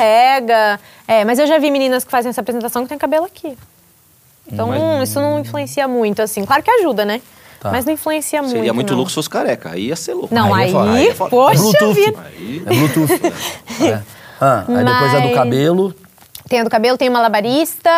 escorrega. É, mas eu já vi meninas que fazem essa apresentação que tem cabelo aqui. Então, hum, isso não influencia muito, assim. Claro que ajuda, né?
Tá.
Mas não influencia muito.
Seria muito
não.
louco se fosse careca. Aí ia ser louco.
Não,
Aí é
aí,
foda,
aí é foda.
poxa
Bluetooth.
vida.
Aí-
É Bluetooth. é. Ah, aí depois é do
Mas-
cabelo.
Tem a do cabelo, tem o malabarista.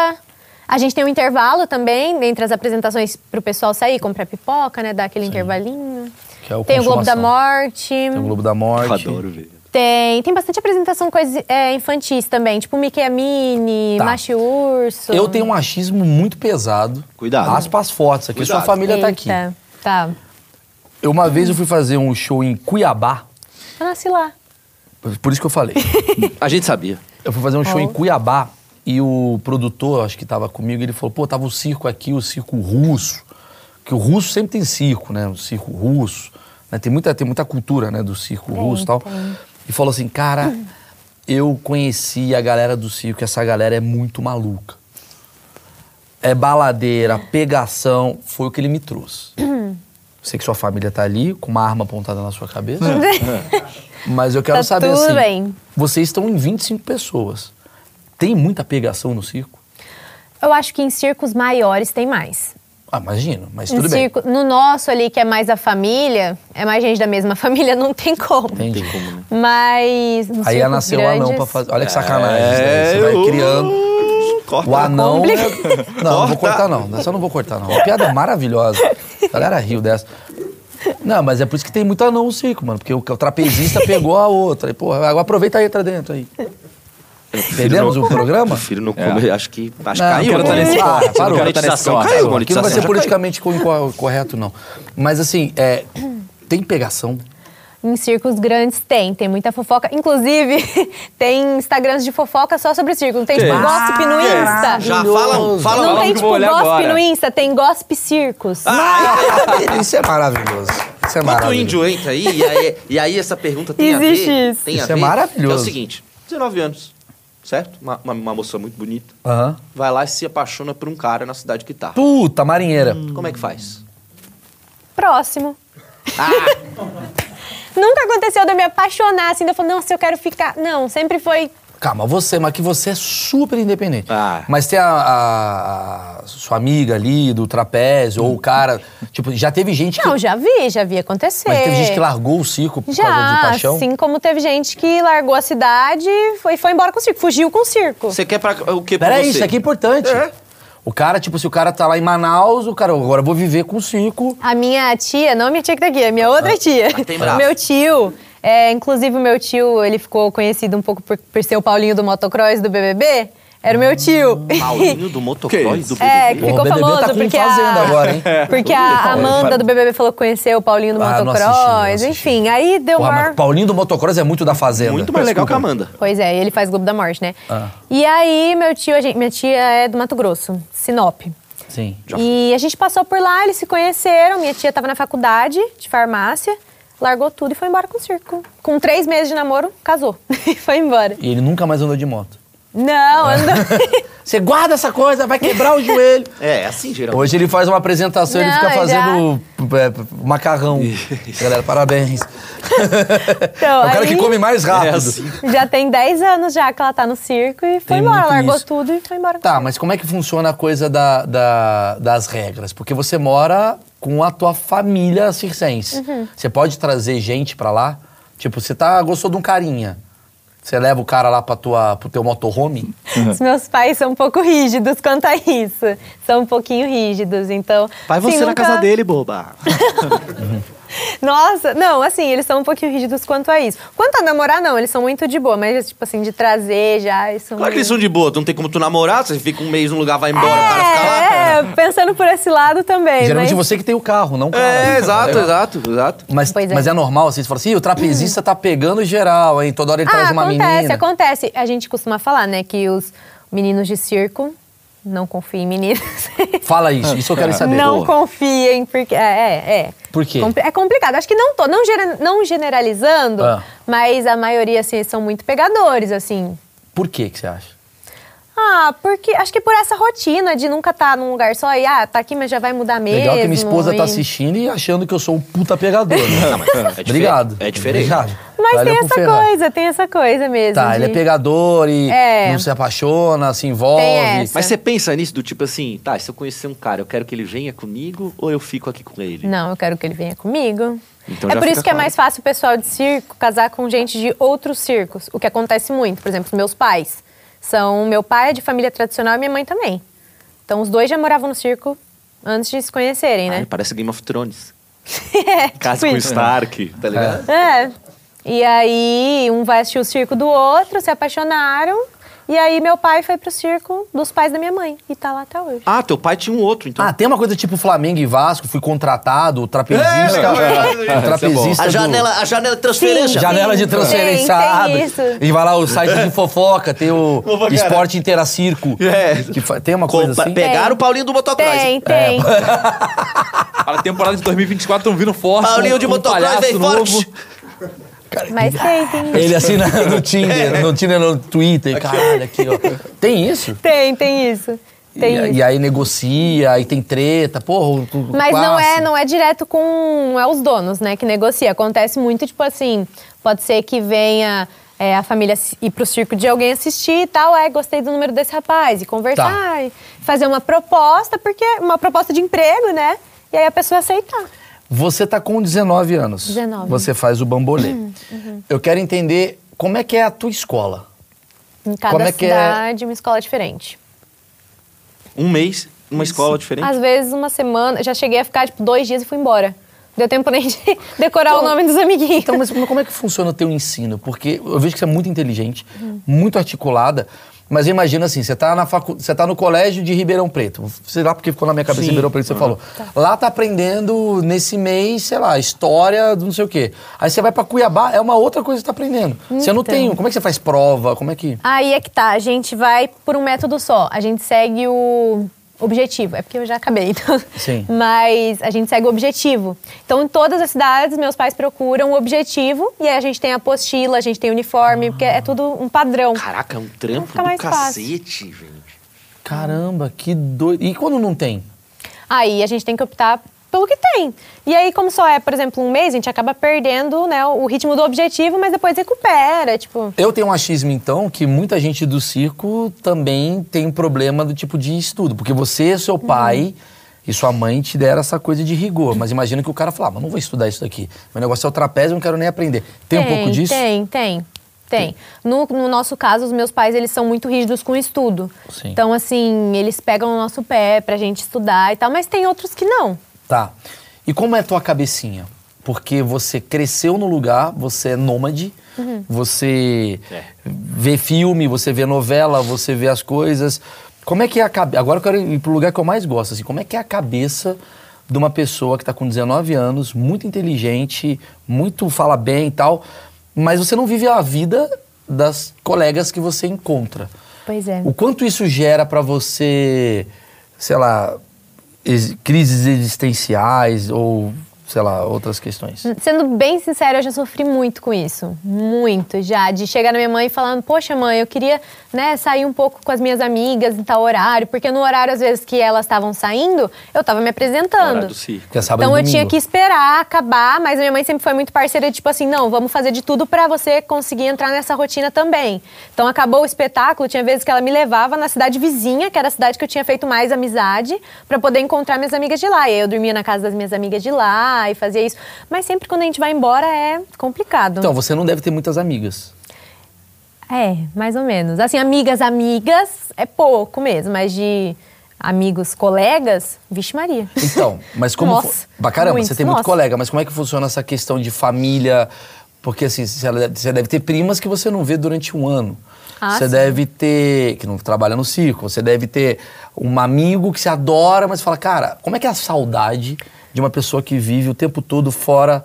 A gente tem um intervalo também, entre as apresentações pro pessoal sair, comprar pipoca, né? Dar aquele intervalinho.
Que é o
tem o Globo da
consumação.
Morte.
Tem o Globo da Morte.
Eu adoro ver.
Tem, tem bastante apresentação coisas é, infantis também, tipo Mickey e a Minnie,
Tá.
Macho e o Urso.
Eu tenho um achismo muito pesado.
Cuidado.
Aspas fortes aqui.
Cuidado.
Sua família tá aqui.
Eita, Tá.
Eu, uma vez eu fui fazer um show em Cuiabá.
Eu nasci lá.
Por isso que eu falei.
A gente sabia.
Eu fui fazer um show em Cuiabá e o produtor, acho que tava comigo, ele falou: pô, tava o circo aqui, o circo russo. Que o russo sempre tem circo, né? O circo russo. né? Tem, muita, tem muita cultura, né? Do circo russo e tal. E falou assim: cara, eu conheci a galera do circo, essa galera é muito maluca. É baladeira, pegação, foi o que ele me trouxe. Sei que sua família tá ali, com uma arma apontada na sua cabeça. Mas eu quero
Tá
saber
tudo
assim.
bem.
Vocês estão em 25 pessoas. Tem muita pegação no circo?
Eu acho que em circos maiores tem mais.
Ah, imagino, mas
Em
tudo bem.
circo- no nosso ali, que é mais a família, é mais gente da mesma família, não tem como. né?
Entendi.
Mas. nos
Aí ia
circos
nascer
grandes,
o anão pra fazer. Olha que sacanagem. né? Você vai
É, eu-
criando.
Corta.
O anão.
Complica-
é- Não, não vou cortar, não. Dessa eu não vou cortar, não. Uma piada maravilhosa. A galera riu dessa. Não, mas é por isso que tem muito anão no circo, mano. Porque o, o trapezista pegou a outra. E, porra, agora aproveita aí, entra dentro aí. Perdemos o programa?
Prefiro não comer. Acho que, acho que
Não,
caiu.
não quero
né?
tá nesse
Ah,
corte, não
parou.
quero tá nesse
Monetização
corte.
Aqui
caiu,
Caiu,
não vai
monetização
ser
já
politicamente co- correto, não. Mas assim, é, tem pegação?
Em circos grandes tem, tem muita fofoca. Inclusive, tem Instagrams de fofoca só sobre circo. Não tem tipo
isso?
gossip
Ah,
no Insta.
Já fala um, fala
não
um.
logo
tem
que eu
tipo
vou olhar
gossip
agora.
no Insta, tem gossip circos.
Ah. Isso é maravilhoso. Isso é
Enquanto o
maravilhoso.
índio entra aí, e aí, e aí essa pergunta tem
Existe
a ver.
isso.
Tem a
Isso é
ver,
maravilhoso.
que É o seguinte: 19 anos, certo? Uma, uma, uma moça muito bonita.
Aham.
Vai lá e se apaixona por um cara na cidade que tá.
Puta, marinheira.
Como é que faz?
Próximo.
Ah,
Nunca aconteceu de eu me apaixonar assim, de eu falar, nossa, eu quero ficar. Não, sempre foi.
Calma, você, mas que você é super independente.
Ah.
Mas tem a, a- a sua amiga ali do trapézio, ou o cara. Tipo, já teve gente que.
Não, já vi, já vi acontecer.
Mas teve gente que largou o circo por causa de
Já,
paixão?
assim como teve gente que largou a cidade e foi, foi embora com o circo, fugiu com o circo.
Você quer pra, o que pra
Peraí,
você?
isso aqui é importante. O cara, tipo, se o cara tá lá em Manaus, o cara, agora eu vou viver com o circo.
A minha tia, não a minha tia que tá aqui, a minha
Ah,
outra tia.
tem braço.
O meu tio, é, inclusive o meu tio, ele ficou conhecido um pouco por, por ser o Paulinho do motocross do BBB. Era o meu tio.
Paulinho Ah, do
Que
motocross
isso?
do
É, que ficou
Porra, Hum,
BBB?
o BBB
famoso
tá com
porque
fazenda
a,
agora, hein?
porque a Amanda do BBB falou que conheceu o Paulinho do
Ah, não assisti, não
motocross,
assisti.
enfim, aí deu
Porra,
maior...
mas Paulinho do motocross é muito da fazenda.
Muito mais legal que a Amanda.
Pois é, ele faz Globo da Morte, né?
Ah.
E aí, meu tio, a gente- minha tia é do Mato Grosso, Sinop.
Sim.
E a gente passou por lá, eles se conheceram. Minha tia tava na faculdade de farmácia, largou tudo e foi embora com o circo. Com três meses de namoro, casou e foi embora.
E ele nunca mais andou de moto.
Não, andou.
Você guarda essa coisa, vai quebrar o joelho.
É, é assim, geralmente.
Hoje ele faz uma apresentação, ele
Não,
fica
já.
fazendo é, p- macarrão. Galera, parabéns.
Então,
é o cara
aí-
que come mais rápido.
É assim.
Já tem 10 anos já que ela tá no circo e foi
Tem
embora.
muito
Largou
isso.
tudo e foi embora.
Tá, mas como é que funciona a coisa da- da- das regras? Porque você mora com a tua família circense. Você pode trazer gente pra lá? Tipo, você tá, gostou de um carinha. Você leva o cara lá pra tua, pro teu motorhome?
Os meus pais são um pouco rígidos quanto a isso. São um pouquinho rígidos, então...
Vai você
assim,
na
nunca-
casa dele, boba.
Nossa, não, assim, eles são um pouquinho rígidos quanto a isso. Quanto a namorar, não, eles são muito de boa, mas, tipo assim, de trazer já. eles são
Claro que
meio-
eles são de boa, tu não tem como tu namorar, você fica um mês num lugar, vai embora, o cara fica lá.
É, é, pensando por esse lado também.
Geralmente
É, mas...
você que tem o carro, não o cara.
É, exato,
Entendeu?
exato, exato.
Mas,
Pois é.
mas é normal, assim, você fala assim, "Ih, o trapezista tá pegando geral, hein? Toda hora ele
Ah,
traz uma
acontece,
menina.
acontece. A gente costuma falar, né, que os meninos de circo não confiem em meninos.
Fala isso, isso eu quero saber.
Não
Boa.
confiem, porque. É, é. é.
Por quê?
Compli- É complicado. Acho que não tô, não, gera- não generalizando,
Ah.
mas a maioria, assim, são muito pegadores, assim.
Por que que você acha?
Ah, porque. Acho que por essa rotina de nunca estar num lugar só e, ah, tá aqui, mas já vai mudar mesmo.
Legal que minha esposa
e-
tá assistindo e achando que eu sou um puta pegador. Né? Obrigado.
é diferente.
Obrigado. Tá,
Mas
Valeu
tem
por
essa
ferrar.
coisa, tem essa coisa mesmo.
Tá,
de-
ele é pegador e
É.
não se apaixona, se envolve.
Tem essa.
Mas você pensa nisso do tipo assim, tá, se eu conhecer um cara, eu quero que ele venha comigo ou eu fico aqui com ele?
Não, eu quero que ele venha comigo.
Então
é
já
por isso
fica
que é
claro.
mais fácil o pessoal de circo casar com gente de outros circos. O que acontece muito. Por exemplo, os meus pais. São, meu pai é de família tradicional e minha mãe também. Então os dois já moravam no circo antes de se conhecerem,
Ai,
né?
Ah, parece Game of Thrones.
é, tipo
Casa com
isso.
Stark, tá ligado?
É. E aí, um vai assistir o circo do outro, se apaixonaram. E aí, meu pai foi pro circo dos pais da minha mãe. E tá lá até hoje.
Ah, teu pai tinha um outro, então.
Ah, tem uma coisa tipo Flamengo e Vasco, fui contratado, o trapezista.
é, é.
o trapezista.
A
do-
janela, a janela de transferência.
Janela de
Tem, tem
transferência abre.
isso.
E vai lá o site de fofoca, tem o
Fofoca,
Esporte Interacirco.
É.
Que fa- tem uma coisa
Compa-
assim.
Pegaram o Paulinho do motocross.
Tem, tem.
É,
Para a temporada um de 2024 estão vindo forte.
Paulinho
com-
de
com um
motocross
palhaço
veio
novo.
forte.
Mas tem, tem isso.
Ele assim na- no Tinder, no Tinder, no Twitter, caralho, aqui, ó. Tem isso?
Tem, tem isso. Tem
e,
isso.
e aí negocia, aí tem treta, porra. o- o-
Mas não é,
passe.
não é direto com não é os donos, né, que negocia. Acontece muito, tipo assim, pode ser que venha é, a família assi- ir pro circo de alguém assistir e tal, é, gostei do número desse rapaz, e conversar,
Tá.
e fazer uma proposta, porque é uma proposta de emprego, né, e aí a pessoa aceitar.
Você tá com 19 anos.
19.
Você faz o bambolê.
Uhum,
Eu quero entender como é que é a tua escola.
Em cada
Como é que é?
cidade, uma escola diferente.
Um mês, uma escola diferente.
Às vezes, uma semana, já cheguei a ficar, tipo, dois dias e fui embora. Deu tempo nem de decorar o nome dos amiguinhos.
Então, mas como é que funciona o teu ensino? Porque eu vejo que você é muito inteligente,
Uhum.
muito articulada, mas eu imagino assim, você tá, na facu... você tá no colégio de Ribeirão Preto, sei lá porque ficou na minha cabeça Ribeirão Preto,
Uhum.
você falou. Lá tá aprendendo, nesse mês, sei lá, história do não sei o quê. Aí você vai pra Cuiabá, é uma outra coisa que você tá aprendendo. Você
Então.
não tem, como é que você faz prova, como é que...
Aí é que tá, a gente vai por um método só. A gente segue o objetivo. É porque eu já acabei, então.
Sim.
Mas a gente segue o objetivo. Então, em todas as cidades, meus pais procuram o objetivo. E aí a gente tem apostila, a gente tem uniforme, porque é tudo um padrão.
Caraca, é um trampo
Fica
do
mais fácil.
cacete, gente.
Caramba, que doido. E quando não tem?
Aí a gente tem que optar pelo que tem. E aí, como só é, por exemplo, um mês, a gente acaba perdendo né, o ritmo do objetivo, mas depois recupera, tipo...
Eu tenho um achismo, então, que muita gente do circo também tem um problema do tipo de estudo. Porque você, seu pai e sua mãe te deram essa coisa de rigor. Mas imagina que o cara fala, ah, mas não vou estudar isso daqui. Meu negócio é o trapézio, eu não quero nem aprender. Tem, um pouco disso?
Tem, tem. Tem. No, no nosso caso, os meus pais, eles são muito rígidos com o estudo.
Sim.
Então, assim, eles pegam o nosso pé pra gente estudar e tal, mas tem outros que não.
Tá. E como é a tua cabecinha? Porque você cresceu no lugar, você é nômade, você vê filme, você vê novela, você vê as coisas. Como é que é a cabeça? Agora eu quero ir pro lugar que eu mais gosto, assim. Como é que é a cabeça de uma pessoa que tá com 19 anos, muito inteligente, muito fala bem e tal, mas você não vive a vida das colegas que você encontra.
Pois é.
O quanto isso gera pra você, sei lá, ex- crises existenciais ou, sei lá, outras questões?
Sendo bem sincero, eu já sofri muito com isso. Muito, já. De chegar na minha mãe e falando, poxa, mãe, eu queria né, sair um pouco com as minhas amigas em tal horário. Porque no horário, às vezes, que elas estavam saindo, eu tava me apresentando.
Horário do circo.
Que é sábado
Então
e
eu tinha
domingo.
que esperar acabar, mas minha mãe sempre foi muito parceira, tipo assim, não, vamos fazer de tudo pra você conseguir entrar nessa rotina também. Então acabou o espetáculo, tinha vezes que ela me levava na cidade vizinha, que era a cidade que eu tinha feito mais amizade, pra poder encontrar minhas amigas de lá. E aí eu dormia na casa das minhas amigas de lá e fazia isso. Mas sempre quando a gente vai embora é complicado.
Então, você não deve ter muitas amigas.
É, mais ou menos. Assim, amigas, amigas, é pouco mesmo, mas de amigos, colegas, vixe Maria.
Então, mas como.
Nossa,
fu- Bah, caramba,
muitos,
você tem muito
nossa.
colega, mas como é que funciona essa questão de família? Porque assim, você deve, você deve ter primas que você não vê durante um ano.
Ah,
você
sim.
deve ter. que não trabalha no circo. Você deve ter um amigo que você adora, mas fala, cara, como é que é a saudade de uma pessoa que vive o tempo todo fora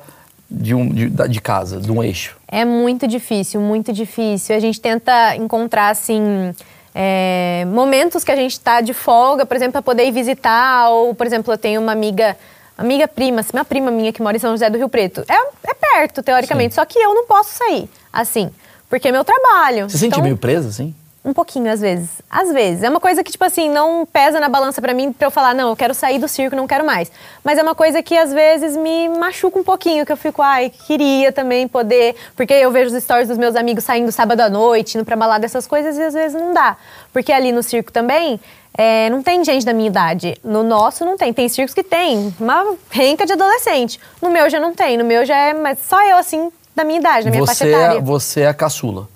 de, um, de, da- de casa, de um eixo?
É muito difícil, muito difícil. A gente tenta encontrar, assim, é, momentos que a gente tá de folga, por exemplo, para poder ir visitar. Ou, por exemplo, eu tenho uma amiga, amiga prima, assim, uma prima minha que mora em São José do Rio Preto. É, é perto, teoricamente, só que eu não posso sair, assim, porque é meu trabalho.
Você se sente
Então,
meio presa, assim?
Um pouquinho, às vezes. Às vezes. É uma coisa que, tipo assim, não pesa na balança pra mim pra eu falar, não, eu quero sair do circo, não quero mais. Mas é uma coisa que, às vezes, me machuca um pouquinho, que eu fico, ai, queria também poder. Porque eu vejo os stories dos meus amigos saindo sábado à noite, indo pra balada, essas coisas, e às vezes não dá. Porque ali no circo também. é, não tem gente da minha idade. No nosso não tem. Tem circos que tem. Uma renca de adolescente. No meu já não tem. No meu já é mas só eu, assim, da minha idade, da minha faixa
Você
etária.
é, você é a caçula.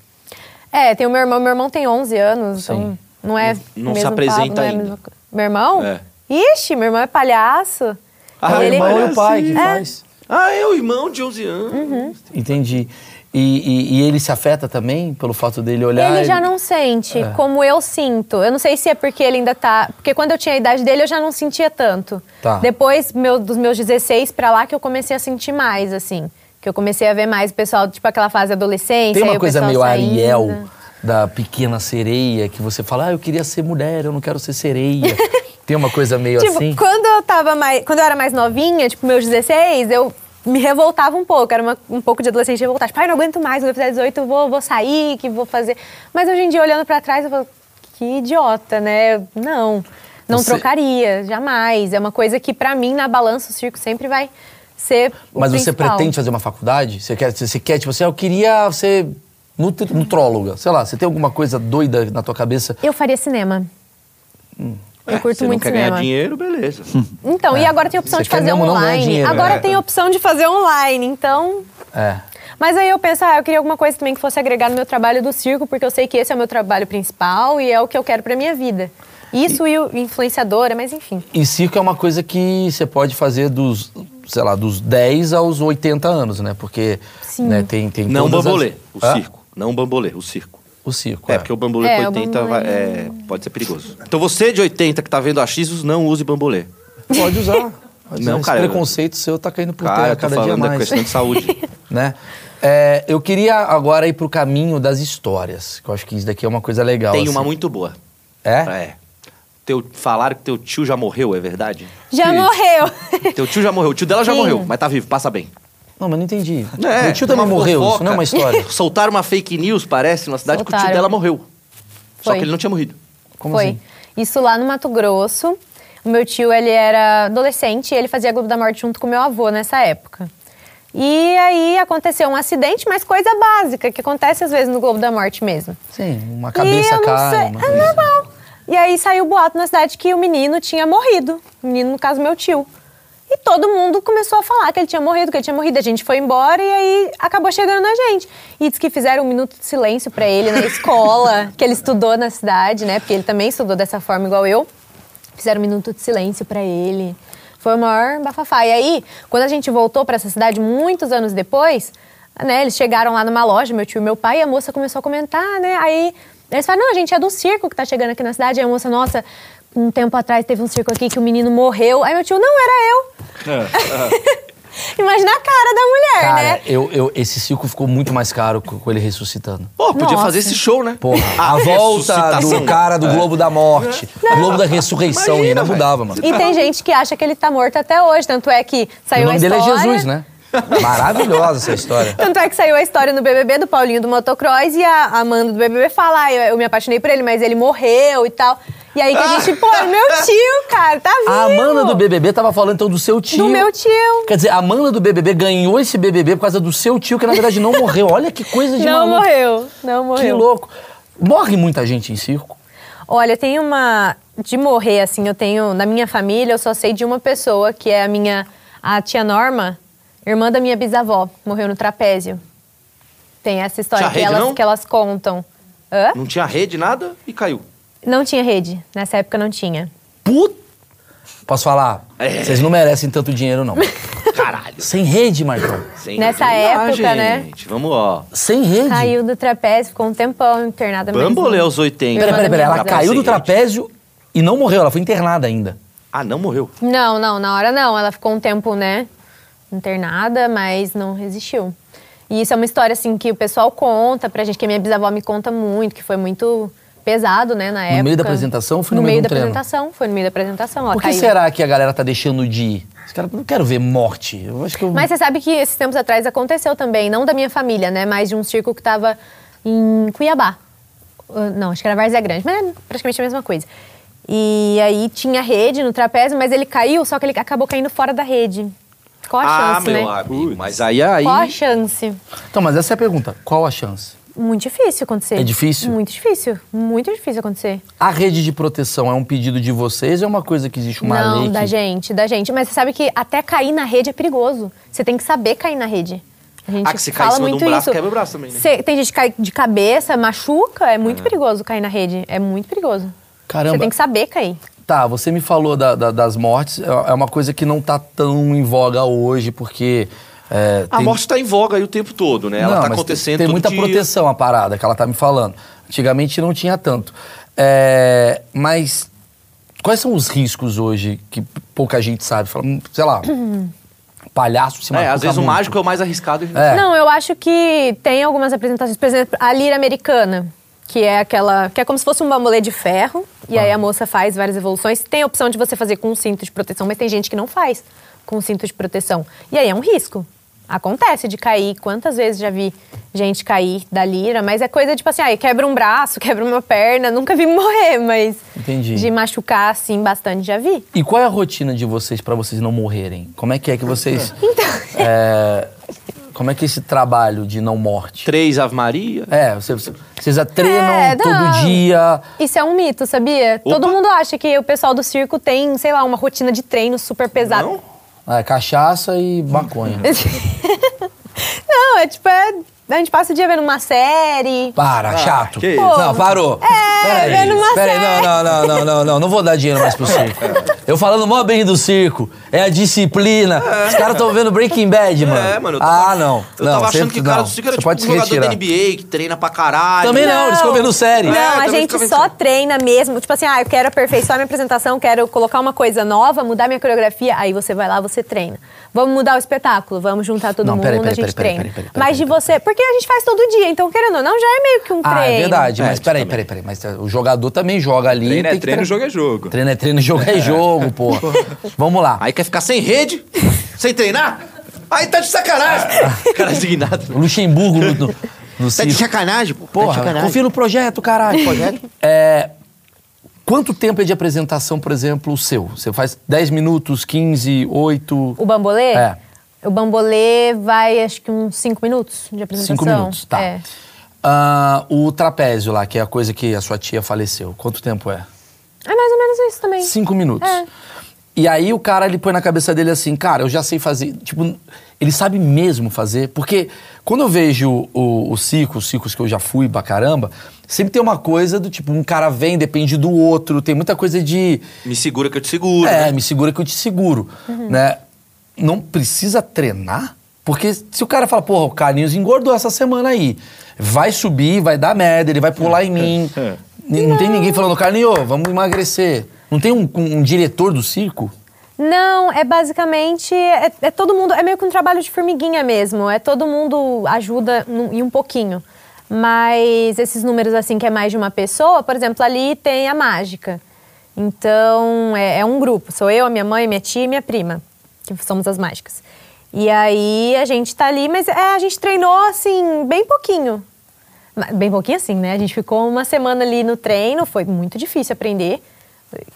É, tem o meu irmão. Meu irmão tem 11 anos, então
Sim.
não é
Não
o
se
mesmo
apresenta
papo, não é a
ainda.
mesma co- Meu irmão?
É.
Ixi, meu irmão é palhaço. Então
é o
Ele-
irmão e o pai que
É.
faz.
Ah, é o irmão de 11 anos.
Uhum.
Entendi. E, e- e ele se afeta também pelo fato dele olhar.
Ele já não sente
É.
como eu sinto. Eu não sei se é porque ele ainda tá. Porque quando eu tinha a idade dele, eu já não sentia tanto.
Tá.
Depois meu- dos meus 16 pra lá que eu comecei a sentir mais, assim. Que eu comecei a ver mais o pessoal, tipo aquela fase adolescente.
Tem uma coisa meio Ariel
Ariel.
da pequena sereia que você fala, ah, eu queria ser mulher, eu não quero ser sereia. Tem uma coisa meio
Tipo,
assim.
quando eu tava mais. Quando eu era mais novinha, tipo, meus 16, eu me revoltava um pouco. Era uma- um pouco de adolescente revoltada. Tipo, ai, não aguento mais, quando eu fizer 18, eu vou, vou sair, que vou fazer. Mas hoje em dia, olhando pra trás, eu falo, que idiota, né? Eu- Não. Não
Você-
trocaria, jamais. É uma coisa que, pra mim, na balança, o circo sempre vai ser. o
Mas você
principal.
pretende fazer uma faculdade? Você quer, você quer tipo assim, ah, eu queria ser nutri- nutróloga. Sei lá, você tem alguma coisa doida na tua cabeça?
Eu faria cinema. Eu curto
É, Você não
muito
quer
cinema.
ganhar dinheiro, beleza.
Hum,
Então, e agora tem a opção
É. Você
de
quer
fazer
mesmo não ganhar
online.
dinheiro,
agora
é.
tem a opção de fazer online, então.
É.
Mas aí eu penso, ah, eu queria alguma coisa também que fosse agregar no meu trabalho do circo, porque eu sei que esse é o meu trabalho principal e é o que eu quero pra minha vida. Isso e, o influenciadora, mas enfim.
E circo é uma coisa que você pode fazer dos, sei lá, dos 10 aos 80 anos, né? Porque
Sim.
né, tem, tem
Não
todas as- Ah?
bambolê, o
Hã?
circo. Não bambolê, o circo.
O circo,
É, porque o bambolê
É,
com
o
80
bambolê
vai- é, pode ser perigoso. Então você de 80 que tá vendo achismos, não use bambolê.
Pode usar. Pode
Não,
usar.
cara,
Esse
eu-
preconceito seu tá caindo por
Cara,
terra
eu tô
cada dia
falando da
mais.
questão de saúde.
né? É, eu queria agora ir pro caminho das histórias, que eu acho que isso daqui é uma coisa legal.
Tem uma
assim.
muito boa.
É?
É. Teu, falaram que teu tio já morreu, é verdade?
Já
Sim.
morreu!
Teu tio já morreu, o tio dela já
Sim.
morreu, mas tá vivo, passa bem.
Não, mas não entendi.
É,
Meu tio também
uma
morreu,
fofoca.
isso não é uma história.
Soltaram uma fake news, parece, numa cidade que o
Soltaram.
tio dela morreu. Só
Foi.
que ele não tinha morrido.
Como
Foi.
assim?
Isso lá no Mato Grosso. O meu tio, ele era adolescente e ele fazia Globo da Morte junto com meu avô nessa época. E aí aconteceu um acidente, mas coisa básica, que acontece às vezes no Globo da Morte mesmo.
Sim, uma
e eu
cabeça
não
cai. uma
sei. É
coisa. assim.
normal. E aí saiu o boato na cidade que o menino tinha morrido. O menino, no caso, meu tio. E todo mundo começou a falar que ele tinha morrido, que ele tinha morrido. A gente foi embora e aí acabou chegando na gente. E diz que fizeram um minuto de silêncio pra ele na escola, que ele estudou na cidade, né? Porque ele também estudou dessa forma igual eu. Fizeram um minuto de silêncio pra ele. Foi o maior bafafá. E aí, quando a gente voltou pra essa cidade, muitos anos depois, né, eles chegaram lá numa loja, meu tio e meu pai, e a moça começou a comentar, né? Aí eles falaram: não, a gente é do circo que tá chegando aqui na cidade. Aí a moça, nossa, um tempo atrás teve um circo aqui que o menino morreu. Aí meu tio, não, era eu. Imagina a cara da mulher,
Cara, é
né?
eu, eu, esse circo ficou muito mais caro co- com ele ressuscitando.
Pô, podia
Nossa.
fazer esse show, né?
Porra,
Ah,
a volta do
ressuscitação. É.
cara do Globo da Morte, do Globo da Ressurreição, e ainda mudava, mano.
E tem gente que acha que ele tá morto até hoje, tanto é que
E
saiu
o nome
a
dele
história.
é Jesus, né? Maravilhosa essa história.
Tanto é que saiu a história no BBB do Paulinho do Motocross e a Amanda do BBB fala, "Ah, eu, eu me apaixonei por ele, mas ele morreu e tal. E aí que a gente, pô, é meu tio, cara, tá vivo.
A Amanda do BBB tava falando então do seu tio.
Do meu tio.
Quer dizer, a Amanda do BBB ganhou esse BBB por causa do seu tio, que na verdade não morreu. Olha que coisa de
Não
maluco.
morreu, não
Que
morreu.
louco. Morre muita gente em circo.
Olha, tem uma. De morrer, assim, eu tenho. Na minha família, eu só sei de uma pessoa, que é a minha. A tia Norma, irmã da minha bisavó, morreu no trapézio. Tem essa história
Tinha
que
rede,
elas,
não?
que elas contam. Hã?
Não tinha rede, nada, e caiu.
Não tinha rede. Nessa época não tinha.
Posso falar?
É.
Vocês não merecem tanto dinheiro, não.
Caralho.
Sem rede, Marcão.
Sem
Nessa
revelar,
época,
gente.
né?
Vamos, ó.
Sem rede.
Caiu do trapézio, ficou um tempão internada mesmo.
Bambolê aos 80.
Peraí, peraí, peraí. Ela
Tá
Não,
caiu do
sem rede.
trapézio e não morreu. Ela foi internada ainda.
Ah, não morreu.
Não, não, na hora não. Ela ficou um tempo, né? Internada, mas não resistiu. E isso é uma história, assim, que o pessoal conta pra gente, que a minha bisavó me conta muito, que foi muito pesado, né, na época.
meio da apresentação ou foi no
no
meio
meio
de
da
um treino?
apresentação, foi no meio da apresentação. Ela
Por que
caiu.
será que a galera tá deixando de ir? Os caras, não quero ver morte. Eu acho que eu...
Mas você sabe que esses tempos atrás aconteceu também, não da minha família, né? Mas de um circo que tava em Cuiabá. Uh, Não, acho que era Várzea Grande, mas é praticamente a mesma coisa. E aí tinha rede no trapézio, mas ele caiu, só que ele acabou caindo fora da rede. Qual a
ah,
chance,
meu
né?
amigo. Mas aí, aí...
Qual a chance?
Então, mas essa é a pergunta. Qual a chance?
Muito difícil acontecer.
É difícil?
Muito difícil. Muito difícil acontecer.
A rede de proteção é um pedido de vocês ou é uma coisa que existe uma
não,
lei que...
da gente, da gente. Mas você sabe que até cair na rede é perigoso. Você tem que saber cair na rede. A gente
Ah, que se cair
fala
em cima de um
muito
braço,
isso.
quebra o braço também, né?
Você- tem gente que cai de cabeça, machuca, é muito perigoso cair na rede. É muito perigoso.
Caramba.
Você tem que saber cair.
Tá, você me falou da- da- das mortes. É é uma coisa que não tá tão em voga hoje, porque... é,
A
tem-
morte tá em voga aí o tempo todo, né? Ela
Não,
tá
mas
acontecendo
Tem, tem
todo
muita
dia.
proteção a parada que ela tá me falando. Antigamente não tinha tanto. É, mas quais são os riscos hoje que pouca gente sabe? Fala, hum, sei lá, palhaço se
É,
machuca
às vezes o
muito.
mágico é o mais arriscado.
É.
Não, eu acho que tem algumas apresentações. Por exemplo, a lira americana, que é aquela. que é como se fosse um bambolê de ferro. E
Ah.
aí a moça faz várias evoluções. Tem a opção de você fazer com um cinto de proteção, mas tem gente que não faz com um cinto de proteção. E aí é um risco. Acontece de cair. Quantas vezes já vi gente cair da lira, mas é coisa tipo assim, aí quebra um braço, quebra uma perna. Nunca vi morrer, mas.
Entendi.
De machucar assim bastante, já vi.
E qual é a rotina de vocês pra vocês não morrerem? Como é que é que vocês...
Então.
é, como é que é esse trabalho de não morte?
Três Ave Maria.
É, você- você- vocês a treinam
É, não.
todo dia.
Isso é um mito, sabia? Todo mundo acha que o pessoal do circo tem, sei lá, uma rotina de treino super pesada.
Não?
É, cachaça e maconha.
Não, é tipo, é- a gente passa o dia vendo uma série.
Para, chato.
Ah, que
isso.
Não, parou. É,
vendo uma série.
não, não, não, não, não, não vou dar dinheiro mais pro
É.
circo. Eu falando mó bem do circo, é a disciplina. Os caras estão vendo Breaking Bad, mano.
É, mano. eu
ah,
tava-
não.
Eu
não,
tava achando
sempre
que o cara
não.
do Circo era
Você
tipo um
pode se
jogador
retirar.
da NBA que treina pra caralho.
Também não, eles ficam vendo série.
Não,
É,
a
também
gente
fica
só
pensando.
treina mesmo. Tipo assim, ah, eu quero aperfeiçoar minha apresentação, quero colocar uma coisa nova, mudar minha coreografia. Aí você vai lá, você treina. Vamos mudar o espetáculo, vamos juntar todo
Não,
mundo,
peraí,
a
peraí,
gente
peraí, peraí,
treina.
peraí, peraí, peraí,
Mas de você. Porque a gente faz todo dia, então querendo ou não, já é meio que um
Ah,
treino.
é verdade, mas
É,
peraí, peraí, peraí. Mas o jogador também joga ali.
Treino é
tem que
treino,
tre-
jogo é jogo.
Treino é treino, jogo é jogo, pô. Vamos lá.
Aí quer ficar sem rede, sem treinar? Aí tá de sacanagem. cara indignado.
O Luxemburgo no, no, no
Tá
circo.
de sacanagem, pô. tá de
Porra,
sacanagem.
confia no projeto, caralho. Projeto. É, quanto tempo é de apresentação, por exemplo, o seu? Você faz 10 minutos, 15, 8...
O bambolê?
É.
O bambolê vai, acho que uns 5 minutos de apresentação.
5 minutos, tá.
É.
Ah, o trapézio lá, que é a coisa que a sua tia faleceu. Quanto tempo é?
É mais ou menos isso também.
Cinco minutos.
É.
E aí o cara, ele põe na cabeça dele assim, cara, eu já sei fazer. Tipo, ele sabe mesmo fazer. Porque quando eu vejo o, o circo, os circos que eu já fui pra caramba, sempre tem uma coisa do tipo, um cara vem, depende do outro. Tem muita coisa de...
Me segura que eu te seguro.
É,
né?
me segura que eu te seguro. Né? Não precisa treinar? Porque se o cara fala, porra, o Carlinhos engordou essa semana aí, vai subir, vai dar merda, ele vai
É,
pular em mim. N- Não, tem ninguém falando, Carlinhos, vamos emagrecer. Não tem um, um- um diretor do circo?
Não, é basicamente. É, é todo mundo. É meio que um trabalho de formiguinha mesmo. É todo mundo ajuda num- e um pouquinho. Mas esses números, assim, que é mais de uma pessoa, por exemplo, ali tem a mágica. Então, é, é um grupo. Sou eu, a minha mãe, minha tia e minha prima, que somos as mágicas. E aí a gente tá ali, mas é, a gente treinou, assim, bem pouquinho. Ma- Bem pouquinho assim, né? A gente ficou uma semana ali no treino, foi muito difícil aprender.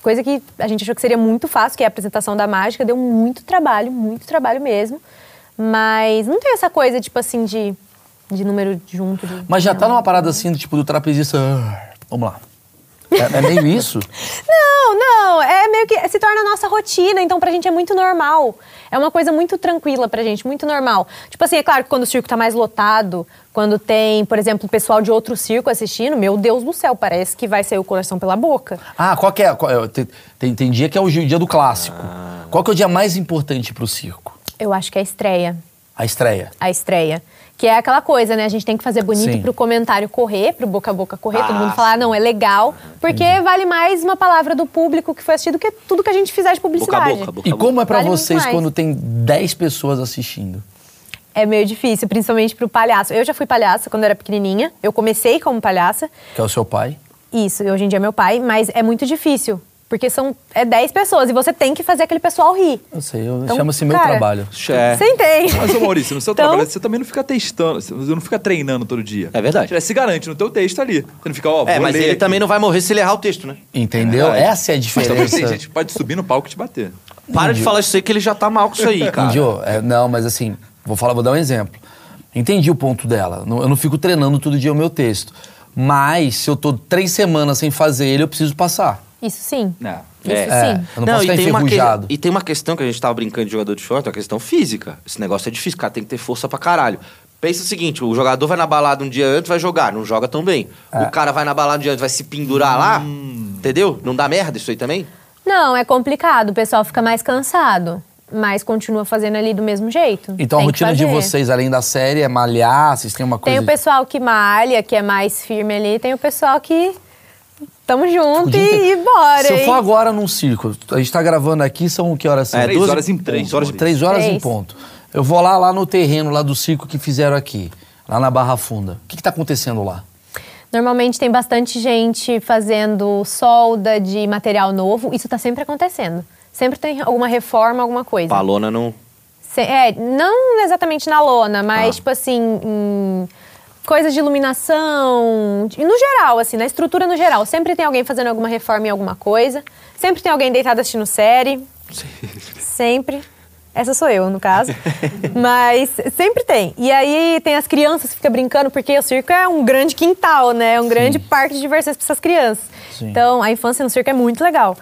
Coisa que a gente achou que seria muito fácil, que é a apresentação da mágica, deu muito trabalho, muito trabalho mesmo. Mas não tem essa coisa, tipo assim, de, de número junto. de-
Mas já tá
não.
numa parada assim, do tipo, do trapezista. "Ah, Vamos lá. É, é meio isso?
Não, não. É meio que se torna a nossa rotina, então pra gente é muito normal. É uma coisa muito tranquila pra gente, muito normal. Tipo assim, é claro que quando o circo tá mais lotado, quando tem, por exemplo, pessoal de outro circo assistindo, meu Deus do céu, parece que vai sair o coração pela boca.
Ah, qual que é? qual é? Tem, tem- tem dia que é o dia do clássico.
Ah.
Qual que é o dia mais importante pro circo?
Eu acho que é a estreia.
A estreia.
a estreia. Que é aquela coisa, né? A gente tem que fazer bonito
Sim.
pro comentário correr, pro boca a boca correr, todo mundo falar, "Ah, não, é legal. Porque vale mais uma palavra do público que foi assistido que tudo que a gente fizer de
Boca a
publicidade.
boca, boca
E
a boca.
como é pra
Vale muito
vocês
mais.
quando tem 10 pessoas assistindo?
É meio difícil, principalmente pro palhaço. Eu já fui palhaça quando eu era pequenininha. Eu comecei como palhaça.
Que é o seu pai?
Isso, hoje em dia é meu pai, mas é muito difícil. Porque são é 10 pessoas e você tem que fazer aquele pessoal rir.
Eu sei, eu
Então,
chama-se meu
cara,
trabalho.
É.
Você entende?
Mas, ô Maurício, no seu
Então-
trabalho, assim- você também não fica testando, você não fica treinando todo dia.
É verdade.
Você se garante no teu texto ali. Você não fica, ó,
É,
vou
mas
ler
ele
aqui.
também não vai morrer se ele errar o texto, né?
Entendeu? Essa é a
Mas também
diferença.
tem gente que pode subir no palco e te bater.
Para de falar isso aí que ele já tá mal com isso aí, cara.
Entendi, ó. É, não, mas assim, vou falar, vou dar um exemplo. Entendi o ponto dela. Não- Eu não fico treinando todo dia o meu texto. Mas se eu tô três semanas sem fazer ele, eu preciso passar.
Isso sim.
É.
Isso
É.
sim.
Eu não, posso ficar
e tem, uma que-
enferrujado.
e tem uma questão que a gente tava brincando de jogador de short, é uma questão física. Esse negócio é difícil, cara, tem que ter força pra caralho. Pensa o seguinte, o jogador vai na balada um dia antes, vai jogar, não joga tão bem.
É.
O cara vai na balada um dia antes, vai se pendurar lá,
Hum.
entendeu? Não dá merda isso aí também?
Não, é complicado. O pessoal fica mais cansado. Mas continua fazendo ali do mesmo jeito.
Então
Tem
a
que
rotina de
fazer.
vocês, além da série, é malhar, vocês têm uma coisa.
Tem o
de-
pessoal que malha, que é mais firme ali. Tem o pessoal que... Tamo junto
Podia
e,
ter-
e bora,
Se eu
hein?
for agora num circo, a gente tá gravando aqui, são que horas são?
É, três
Doze-
horas em ponto,
Três horas,
Maurício.
três horas em
Três.
ponto. Eu vou lá, lá no terreno, lá do circo que fizeram aqui, lá na Barra Funda. O que, que tá acontecendo lá?
Normalmente tem bastante gente fazendo solda de material novo. Isso tá sempre acontecendo. Sempre tem alguma reforma, alguma coisa.
Palona não...
Se- é, não exatamente na lona,
Ah.
mas tipo assim, em coisas de iluminação, de- no geral, assim, na estrutura no geral. Sempre tem alguém fazendo alguma reforma em alguma coisa. Sempre tem alguém deitado assistindo série. Sempre. Essa sou eu, no caso. Mas sempre tem. E aí tem as crianças que ficam brincando, porque o circo é um grande quintal, né? É um grande parque de diversões para essas crianças. Então, a infância no circo é muito legal.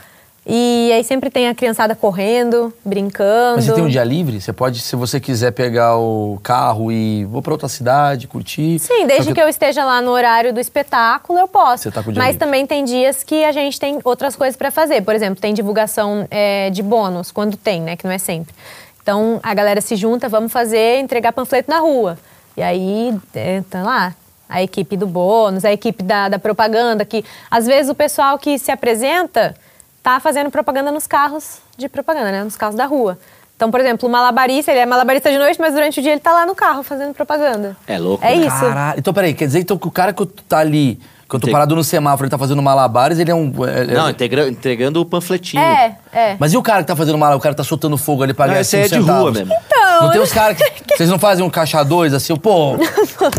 E aí sempre tem a criançada correndo, brincando.
Mas você tem um dia livre? Você pode, se você quiser, pegar o carro e vou pra outra cidade, curtir.
Sim, desde
Só
que eu esteja lá no horário do espetáculo, eu posso.
Você tá com o dia
Mas
livre.
também tem dias que a gente tem outras coisas pra fazer. Por exemplo, tem divulgação é, de bônus, quando tem, né? Que não é sempre. Então a galera se junta, vamos fazer, entregar panfleto na rua. E aí, é, tá lá. A equipe do bônus, a equipe da, da propaganda, que às vezes o pessoal que se apresenta tá fazendo propaganda nos carros de propaganda, né? Nos carros da rua. Então, por exemplo, o malabarista, ele é malabarista de noite, mas durante o dia ele tá lá no carro fazendo propaganda.
É louco,
É
né?
isso.
Caralho. Então, peraí, quer dizer então, que o cara que tá ali, que eu tô
Tem-
parado no semáforo, ele tá fazendo malabares, ele é um. é- é-
Não, integra- entregando o panfletinho.
É, é.
Mas e o cara que tá fazendo malabar, o cara tá soltando fogo ali pra
Não,
ganhar
esse aí
cinco
é de rua
centavos?
mesmo.
Então,
Não tem os caras que. Vocês não fazem um caixa dois assim, pô.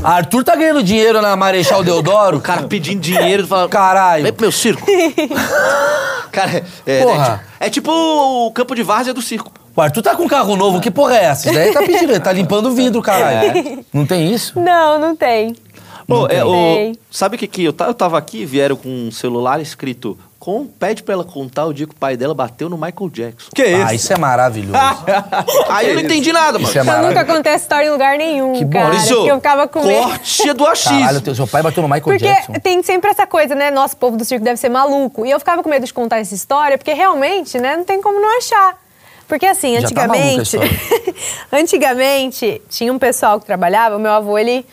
Arthur tá ganhando dinheiro na Marechal Deodoro,
O cara pedindo dinheiro, falando...
Caralho.
Vem pro meu circo. cara, é,
Porra.
é, tipo, é tipo o campo de várzea do circo.
O Arthur tá com carro novo, que porra é essa? Isso daí tá pedindo, ele tá limpando o
É.
vidro, caralho. Não tem isso?
Não, não tem.
Pô, é,
tem.
o- sabe o que que eu, ta- eu tava aqui, vieram com um celular escrito com, pede pra ela contar o dia que o pai dela bateu no Michael Jackson.
Que isso?
Ah, isso é maravilhoso.
Ah, Aí eu não entendi nada, mano.
Isso é
Eu nunca
maravilhoso.
contei essa história em lugar nenhum,
Que bom,
cara.
Maurício,
porque eu ficava com medo.
corte é do achismo.
Caralho, teu- seu pai bateu no Michael
Porque É.
Jackson.
tem sempre essa coisa, né? Nossa, o povo do circo deve ser maluco. E eu ficava com medo de contar essa história, porque realmente, né, não tem como não achar. Porque assim,
Já tá maluca a
antigamente. antigamente, tinha um pessoal que trabalhava, o meu avô, ele.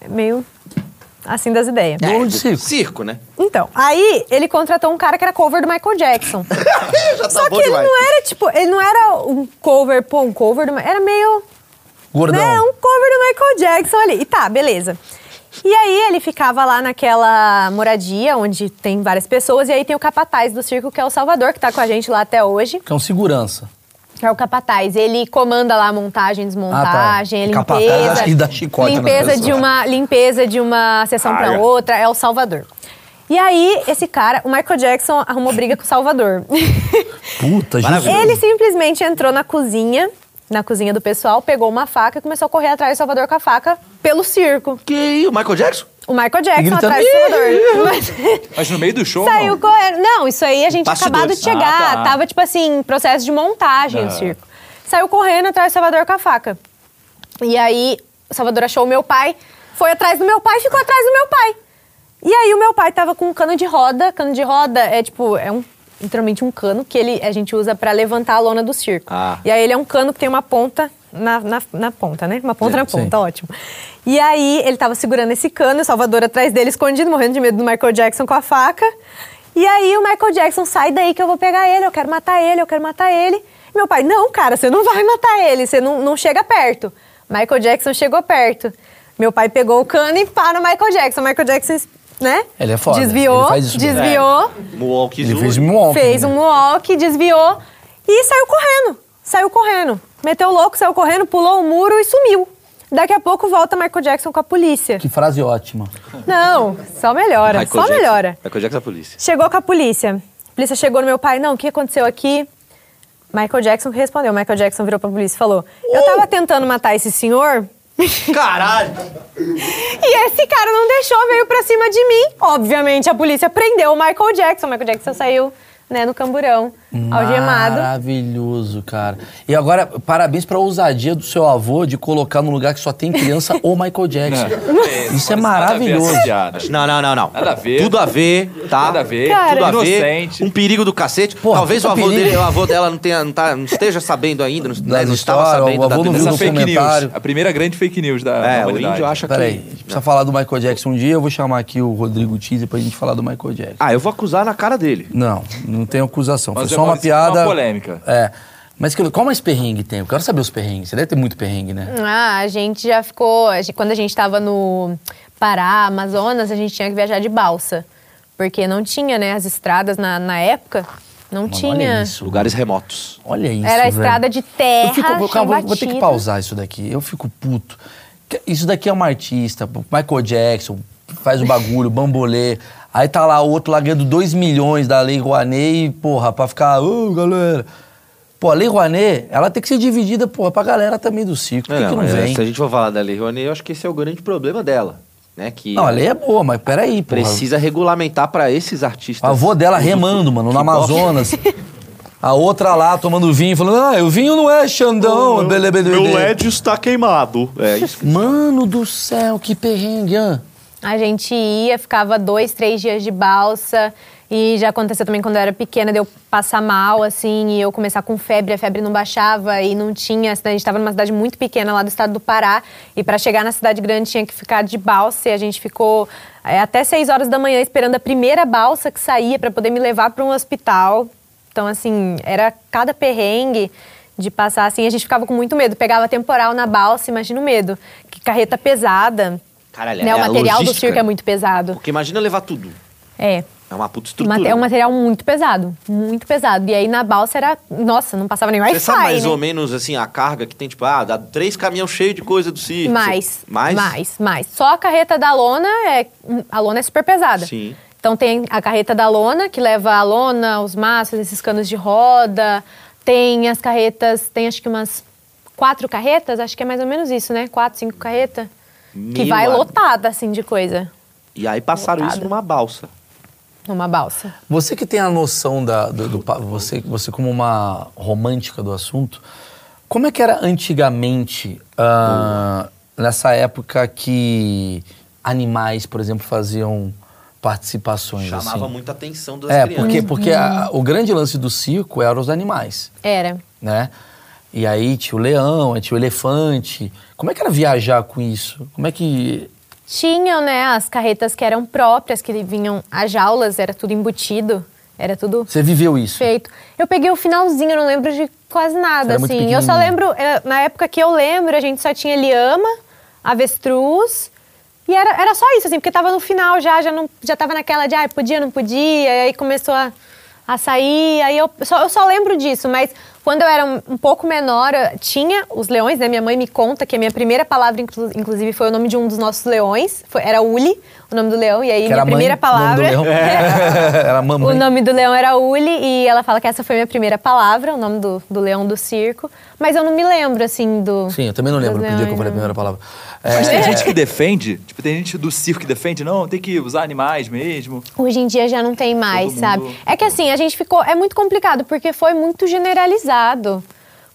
é meio assim das ideias.
Dono um de circo.
Circo, né?
Então, aí ele contratou um cara que era cover do Michael Jackson.
Já tá
É, Só
bom
que ele
demais.
não era, tipo, ele não era um cover, pô, um cover do. Ma- Era meio.
Gordão.
Né, um cover do Michael Jackson ali. E tá, beleza. E aí ele ficava lá naquela moradia onde tem várias pessoas, e aí tem o capataz do circo, que é o Salvador, que tá com a gente lá até hoje.
Que é um segurança.
Que é o capataz. Ele comanda lá a montagem, desmontagem,
Ah, tá.
a limpeza.
Capataz e dá chicote nas
limpeza de
pessoas.
uma Limpeza de uma sessão pra outra. É o Salvador. E aí, esse cara, o Michael Jackson arrumou briga com o Salvador.
Puta, gente.
Ele simplesmente entrou na cozinha, na cozinha do pessoal, pegou uma faca e começou a correr atrás do Salvador com a faca pelo circo.
Que o Michael Jackson?
O Michael Jackson
gritando,
atrás do Salvador. Mas-
Mas no meio do show,
Saiu
não. Tá
correndo. Não, isso aí a gente tinha
Bastidores.
acabado de chegar.
Ah, tá.
Tava, tipo assim, processo de montagem do circo. Saiu correndo atrás do Salvador com a faca. E aí, o Salvador achou o meu pai, foi atrás do meu pai e ficou atrás do meu pai. E aí, o meu pai tava com um cano de roda. Cano de roda é tipo, é um. Literalmente um cano que ele, a gente usa pra levantar a lona do circo.
Ah.
E aí ele é um cano que tem uma ponta na, na, na ponta, né? Uma ponta
Sim,
na ponta,
sim.
Tá ótimo. E aí, ele tava segurando esse cano, o Salvador atrás dele, escondido, morrendo de medo do Michael Jackson com a faca. E aí, o Michael Jackson, sai daí que eu vou pegar ele, eu quero matar ele, eu quero matar ele. E meu pai, não, cara, você não vai matar ele, você não, não chega perto. Michael Jackson chegou perto. Meu pai pegou o cano e pá no Michael Jackson. O Michael Jackson, né?
Ele é foda,
Desviou,
ele faz isso mesmo.
desviou.
É. Milwaukee
Ele
Zoo.
fez né? Milwaukee.
Fez um walk, desviou e saiu correndo. Saiu correndo. Meteu o louco, saiu correndo, pulou o muro e sumiu. Daqui a pouco volta Michael Jackson com a polícia.
Que frase ótima.
Não, só melhora,
Michael
só
Jackson.
melhora.
Michael Jackson é a polícia.
Chegou com a polícia. A polícia chegou no meu pai. Não, o que aconteceu aqui? Michael Jackson que respondeu. Michael Jackson virou pra polícia e falou: Eu tava tentando matar esse senhor.
Caralho!
E esse cara não deixou, veio pra cima de mim. Obviamente, a polícia prendeu o Michael Jackson. O Michael Jackson saiu, né, no camburão, algemado.
Maravilhoso, cara. E agora, parabéns pra ousadia do seu avô de colocar num lugar que só tem criança ou Michael Jackson. Isso é maravilhoso.
Não, não, não, não.
Nada a ver.
Tudo a ver, tá?
Nada a ver.
Cara.
Tudo a ver.
Inocente.
Um perigo do cacete.
Porra,
Talvez o
puta
avô,
perigo.
dele, o avô dela não, tenha, não, tá- não esteja sabendo ainda, não, né,
Das
não estava
histórias,
sabendo
o avô
da
não viu
denúncia.
Essa
no
fake
comentário.
news. A primeira grande fake news da
um É, o
humanidade.
índio acha que...
Peraí, a gente precisa falar do Michael Jackson um dia. Eu vou chamar aqui o Rodrigo Tiz pra gente falar do Michael Jackson.
Ah, eu vou acusar na cara dele.
Não, não tem acusação.
Mas
Foi só
agora
uma
isso é uma
piada.
polêmica.
É. Mas que- qual mais perrengue tem? Eu quero saber os perrengues. Você deve ter muito perrengue, né?
Ah, a gente já ficou. a gente- Quando a gente estava no Pará, Amazonas, a gente tinha que viajar de balsa. Porque não tinha, né? As estradas na, na época, não
Mano,
tinha.
Olha isso.
Lugares remotos.
Olha isso.
Era a
velho.
estrada de terra.
Eu fico, eu-
chão
calma, eu vou ter que
batido.
pausar isso daqui. Eu fico puto. Que- Isso daqui é um artista, Michael Jackson, faz o bagulho, bambolê. Aí tá lá outro lá ganhando 2 milhões da Lei Rouanet, porra, pra ficar, ô galera. Pô, a Lei Rouanet, ela tem que ser dividida, porra, pra galera também do circo. Por que, que não
É, mas
vem?
Se a gente for falar da Lei Rouanet, eu acho que esse é o grande problema dela. Né? Que
Não, a lei é boa, mas peraí, porra.
precisa regulamentar pra esses
O
artistas.
avô dela remando, mano, no Amazonas. A outra lá tomando vinho, falando, ah, o vinho não é
um
Xandão. belê, belê,
Meu
belê."
LED está queimado. É isso.
Mano do céu, que perrengue, hã?
A gente ia, ficava dois, três dias de balsa. E já aconteceu também quando eu era pequena, de eu passar mal, assim, e eu começar com febre, a febre não baixava e não tinha. A gente estava numa cidade muito pequena lá do estado do Pará. E para chegar na cidade grande tinha que ficar de balsa. E a gente ficou é, até seis horas da manhã esperando a primeira balsa que saía para poder me levar para um hospital. Então, assim, era cada perrengue de passar assim. A gente ficava com muito medo. Pegava temporal na balsa, imagina o medo. Que carreta pesada.
Caralho,
Né,
é
o
a
material do
logística.
circo é muito pesado.
Porque imagina levar tudo.
É.
É uma puta estrutura.
Mate- É um material muito pesado, muito pesado. E aí na balsa era. Nossa, não passava nem
Você
mais
sabe mais
né?
ou menos assim a carga que tem, tipo, ah, dá três caminhões cheios de coisa do circo.
Mais,
Mais?
mais, mais. Só a carreta da lona é. A lona é super pesada.
Sim.
Então tem a carreta da lona, que leva a lona, os maços, esses canos de roda. Tem as carretas, tem acho que umas quatro carretas, acho que é mais ou menos isso, né? Quatro, cinco carretas. Que
Meu
vai
amigo.
lotada, assim, de coisa.
E aí passaram
Lotada.
isso numa balsa.
Numa balsa.
Você que tem a noção da, do, do pa- você, você como uma romântica do assunto, como é que era antigamente, ah, nessa época que animais, por exemplo, faziam participações
Chamava
assim?
muita atenção das
É,
crianças.
porque, porque a- o grande lance do circo eram os animais.
Era.
né? E aí tinha o leão, aí tinha o elefante. Como é que era viajar com isso? Como é que.
Tinham, né, as carretas que eram próprias, que vinham as jaulas, era tudo embutido, era tudo
Você viveu isso?
feito. Eu peguei o finalzinho, eu não lembro de quase nada,
Era muito
assim. Eu só
pequenininho.
lembro, eh, na época que eu lembro, a gente só tinha lhama, avestruz, e era, era só isso, assim, porque tava no final já, já, não, já tava naquela de, ah, podia, não podia, e aí começou a, a sair, aí eu só, eu só lembro disso, mas quando eu era um, um pouco menor, eu tinha os leões, né, minha mãe me conta que a minha primeira palavra, inclu- inclusive, foi o nome de um dos nossos leões, foi, era Uli, o nome do leão, e aí
Que
minha
era a mãe
primeira
do nome do
palavra... É.
leão. Era era mamãe.
O nome do leão era Uli e ela fala que essa foi minha primeira palavra, o nome do, do leão do circo. Mas eu não me lembro, assim, do.
Sim, eu também não lembro
dos
do dia que eu
leões,
falei a
não.
primeira palavra.
Mas tem
É,
gente que defende, tipo, tem gente do circo que defende, não, tem que usar animais mesmo.
Hoje em dia já não tem mais,
mundo-
sabe? É que assim, a gente ficou. É muito complicado, porque foi muito generalizado.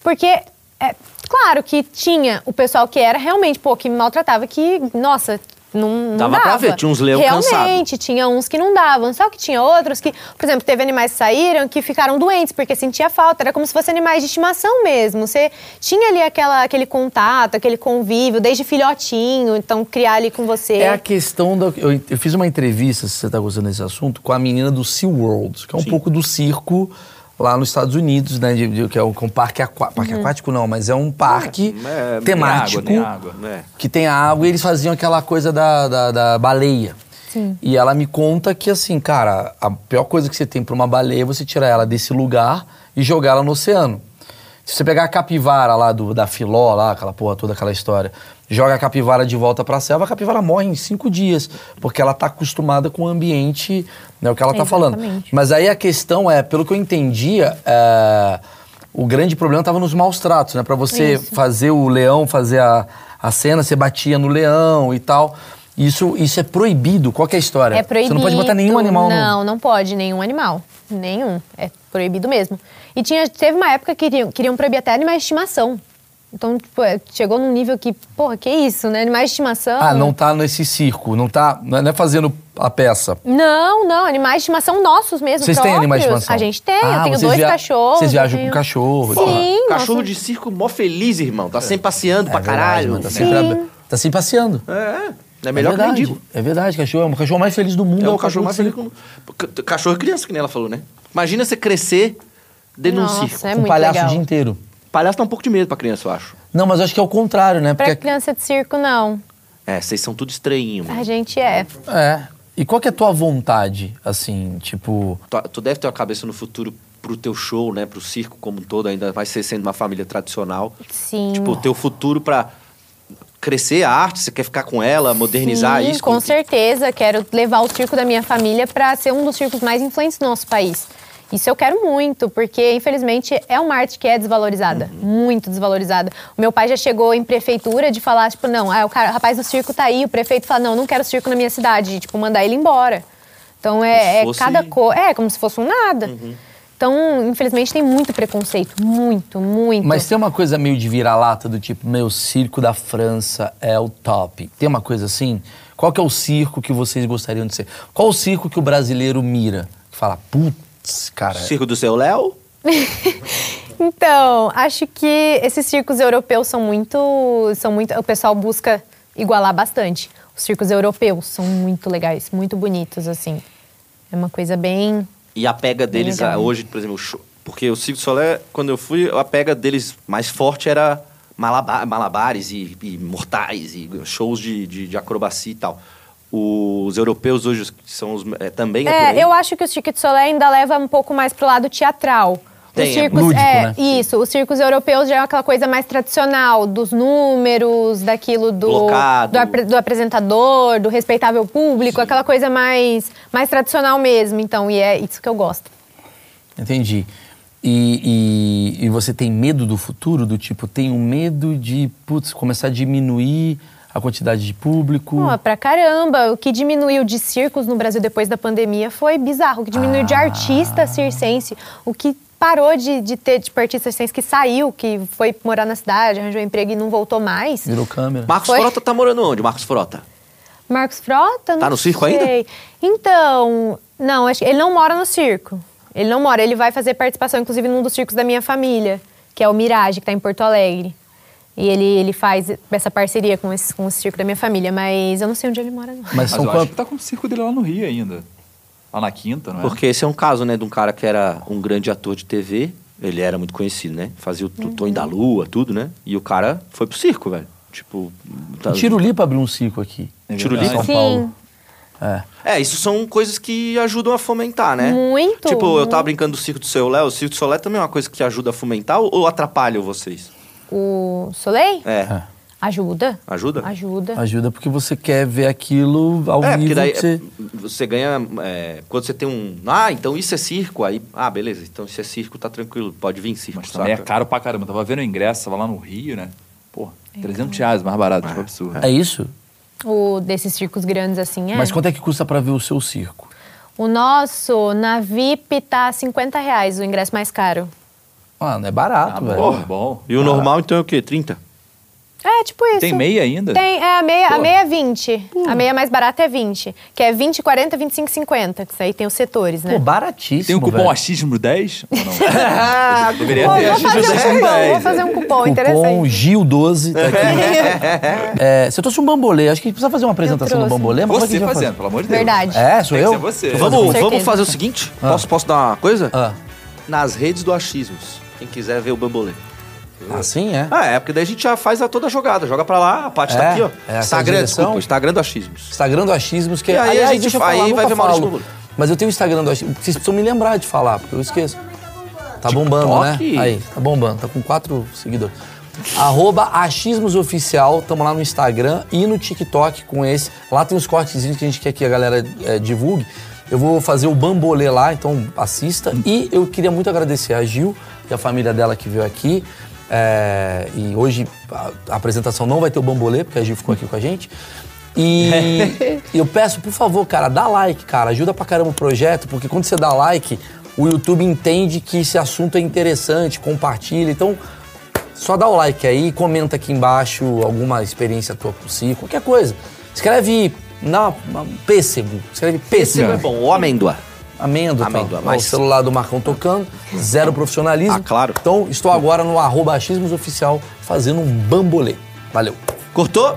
Porque, é, claro que tinha o pessoal que era realmente, pô, que maltratava, que, nossa. Não, não
Dava pra
dava.
ver, tinha uns leão
Realmente,
cansado.
tinha uns que não davam. Só que tinha outros que, por exemplo, teve animais que saíram que ficaram doentes porque sentia falta. Era como se fosse animais de estimação mesmo. Você tinha ali aquela, aquele contato, aquele convívio, desde filhotinho. Então, criar ali com você.
é a questão da. Eu, eu fiz uma entrevista, se você tá gostando desse assunto, com a menina do Sea World, que é um pouco do circo lá nos Estados Unidos, né? de- de- que é um, que é um parque aquático.
Uhum.
Parque aquático não, mas é um parque
é, tem
temático.
água, tem água.
É.
que tem a água e eles faziam aquela coisa da, da, da baleia. E ela me conta que, assim, cara, a pior coisa que você tem pra uma baleia é você tirar ela desse lugar e jogar ela no oceano. Se você pegar a capivara lá do, da Filó, lá, aquela porra toda, aquela história, joga a capivara de volta pra selva, a capivara morre em cinco dias, porque ela tá acostumada com o ambiente, né, o que ela tá falando.
Exatamente.
Mas aí a questão é, pelo que eu entendia, é, o grande problema estava nos maus tratos, né? Para você fazer o leão, fazer a, a cena, você batia no leão e tal. Isso, isso é proibido. Qual que é a história?
É proibido.
Você não pode botar nenhum animal no-
Não, não pode, nenhum animal. Nenhum. É proibido mesmo. E tinha, teve uma época que queriam, queriam proibir até animais de estimação. Então, tipo, é, chegou num nível que, porra, que isso, né? Animais de estimação.
Ah, não tá nesse circo, não tá. Não é fazendo a peça.
Não, não, animais de estimação nossos mesmo.
Vocês têm animais de
próprios.
estimação?
A gente tem,
Ah,
eu tenho
vocês
dois
via-
cachorros.
vocês
eu
viajam com
tenho-
cachorro, tá.
Sim, nossa.
Cachorro de circo mó feliz, irmão. Tá sempre passeando pra
É
caralho.
verdade, mano, tá sempre,
Sim.
tá sempre passeando.
É melhor que
verdade,
mendigo.
É verdade, cachorro. É um o cachorro mais feliz do mundo.
É o
o
cachorro mais feliz.
do
que- Ca- Cachorro é criança, que nem ela falou, né? Imagina você crescer dentro de um
Nossa,
circo.
é
com
muito
palhaço
legal.
o dia inteiro.
Palhaço dá um pouco de medo pra criança, eu acho.
Não, mas eu acho que é o contrário, né?
Pra
Porque
criança de circo, não.
É, vocês são tudo estranhinho, mano.
A gente é.
É. E qual que é a tua vontade, assim, tipo...
tá, Tu, tu deve ter uma cabeça no futuro pro teu show, né? Pro circo como um todo, ainda mais você sendo uma família tradicional.
Sim.
Tipo, o teu futuro pra crescer a arte, você quer ficar com ela, modernizar
Sim,
isso.
Com certeza, quero levar o circo da minha família para ser um dos circos mais influentes do nosso país. Isso eu quero muito, porque infelizmente é uma arte que é desvalorizada,
Uhum.
muito desvalorizada. O meu pai já chegou em prefeitura de falar, tipo, não, ah, o, cara, o rapaz do circo tá aí, o prefeito fala, não, não quero circo na minha cidade, e, tipo, mandar ele embora. Então
Como se
é, é
fosse- Uhum.
cada coisa, é como se fosse um nada. Então, infelizmente, tem muito preconceito, muito, muito.
Mas tem uma coisa meio de vira-lata, do tipo, meu, o circo da França é o top. Tem uma coisa assim? Qual que é o circo que vocês gostariam de ser? Qual o circo que o brasileiro mira? Que fala, putz, cara...
Circo do seu Léo?
Então, acho que esses circos europeus são muito, são muito. O pessoal busca igualar bastante. Os circos europeus são muito legais, muito bonitos, assim. É uma coisa bem.
E a pega deles
legal.
ah, hoje, por exemplo, o show- porque o Circo Solé, quando eu fui, a pega deles mais forte era malaba- malabares e, e mortais e shows de, de, de acrobacia e tal. Os europeus hoje que são os é, também é, por aí.
É, eu acho que o Cirque du Soleil ainda leva um pouco mais pro lado teatral. os
Tem, é
circos,
lúdico,
é,
né?
isso. Os circos europeus já é aquela coisa mais tradicional, dos números, daquilo do,
Blocado.
do, apre- do apresentador, do respeitável público, aquela coisa mais, mais tradicional mesmo. Então, e é isso que eu gosto.
Entendi. E, e, e você tem medo do futuro? Do tipo, tenho medo de, putz, começar a diminuir a quantidade de público?
Hum.
Pô, pra caramba. O que diminuiu de circos no Brasil depois da pandemia foi bizarro. O que diminuiu
Ah.
de artista circense, o que parou de, de ter tipo, artista circense que saiu, que foi morar na cidade, arranjou emprego e não voltou mais.
Virou câmera?
Marcos
Foi?
Frota tá morando onde, Marcos Frota?
Marcos Frota? Não
Tá no circo ainda?
sei. Então, não, acho que ele não mora no circo. Ele não mora, ele vai fazer participação, inclusive, num dos circos da minha família, que é o Mirage, que tá em Porto Alegre. E ele, ele faz essa parceria com, esse, com o circo da minha família, mas eu não sei onde ele mora, não.
Mas
Mas eu
são
acho
quantos?
que tá com o circo dele lá no Rio ainda. Lá na quinta, não é?
Porque esse é um caso, né, de um cara que era um grande ator de TV, ele era muito conhecido, né? Fazia o tu- Tonho da Lua, tudo, né? E o cara foi pro circo, velho. Tipo, tá-
Tirulipa abriu um circo aqui.
É
Tiro
verdade.
São
livre?
Sim.
Paulo. É.
É, isso são coisas que ajudam a fomentar, né?
Muito,
Tipo, eu
muito.
tava brincando do Circo do Seu Léo. O Circo do Seu Léo também é uma coisa que ajuda a fomentar ou, ou atrapalha vocês?
O Soleil?
É.
Ajuda?
Ajuda?
Ajuda.
Ajuda porque você quer ver aquilo ao
É, porque
nível
daí
que você...
é, você ganha. é, quando você tem um. Ah, então isso é circo. Aí, ah, beleza. Então isso é circo, tá tranquilo. Pode vir circo,
Mas também é
saca?
caro pra caramba. Tava vendo o ingresso, tava lá no Rio, né? Pô,
É
300 reais mais barato, tipo absurdo.
É isso?
O desses circos grandes assim é.
Mas quanto é que custa pra ver o seu circo?
O nosso, na VIP, tá 50 reais o ingresso mais caro.
Mano, é barato, velho.
Porra, Ah, bom. Ah,
E o normal, então, é o quê? 30?
É, tipo isso.
Tem meia ainda?
Tem, é, a meia, a meia é 20. A meia mais barata é 20. Que é 20, 40, 25, 50. Que isso aí tem os setores, né?
Pô, baratíssimo,
Tem o cupom
velho.
achismo 10? Ou não? Deveria
Pô,
ter.
vou fazer um
achismo
cupom,
10.
vou fazer um cupom,
Cupom
interessante.
GIL12 tá aqui. É, você trouxe um bambolê. Acho que a gente precisa fazer uma apresentação do
trouxe.
bambolê. Mas como é que a
Você
gente vai
fazendo, pelo amor de Deus.
Verdade.
fazer? É, sou
Tem
eu?
que ser você.
Deixa eu fazer
Com
Vamos,
certeza.
vamos fazer o seguinte? Posso, posso dar uma coisa?
Ah.
Nas redes do achismos. Quem quiser ver o bambolê.
com- Assim, é.
Ah, é, porque daí a gente já faz a toda a jogada. Joga pra lá, a parte
É,
tá aqui, ó.
é, essa
Instagram,
direção.
desculpa, Instagram do achismos.
Instagram do Achismos, que
E
é.
aí a
Aliás,
gente
deixa eu
fa-
falar,
aí
nunca
vai ver Maurício
falo.
Bambolê.
Mas eu tenho o Instagram do Achismos. Vocês precisam me lembrar de falar, porque eu esqueço. Tá bombando,
TikTok?
né? Aí, tá bombando. Tá com quatro seguidores. Arroba Achismos Oficial, tamo lá no Instagram e no TikTok com esse. Lá tem uns cortezinhos que a gente quer que a galera eh, divulgue. Eu vou fazer o bambolê lá, então assista. E eu queria muito agradecer a Gil e a família dela que veio aqui. Eh, e hoje a, a apresentação não vai ter o bambolê, porque a Gil ficou aqui com a gente. E eu peço, por favor, cara, dá like, cara. Ajuda pra caramba o projeto, porque quando você dá like, o YouTube entende que esse assunto é interessante, compartilha. Então, só dá o like aí, comenta aqui embaixo alguma experiência tua com o circo, qualquer coisa. Escreve na na- pêssego, escreve
Esse é
pêssego.
bom, o amêndoa.
Amêndoa,
Amêndoa,
amêndoa
mas-
O celular do Marcão tocando, zero profissionalismo.
Ah, claro.
Então, estou agora no arroba achismos oficial fazendo um bambolê. Valeu.
Cortou?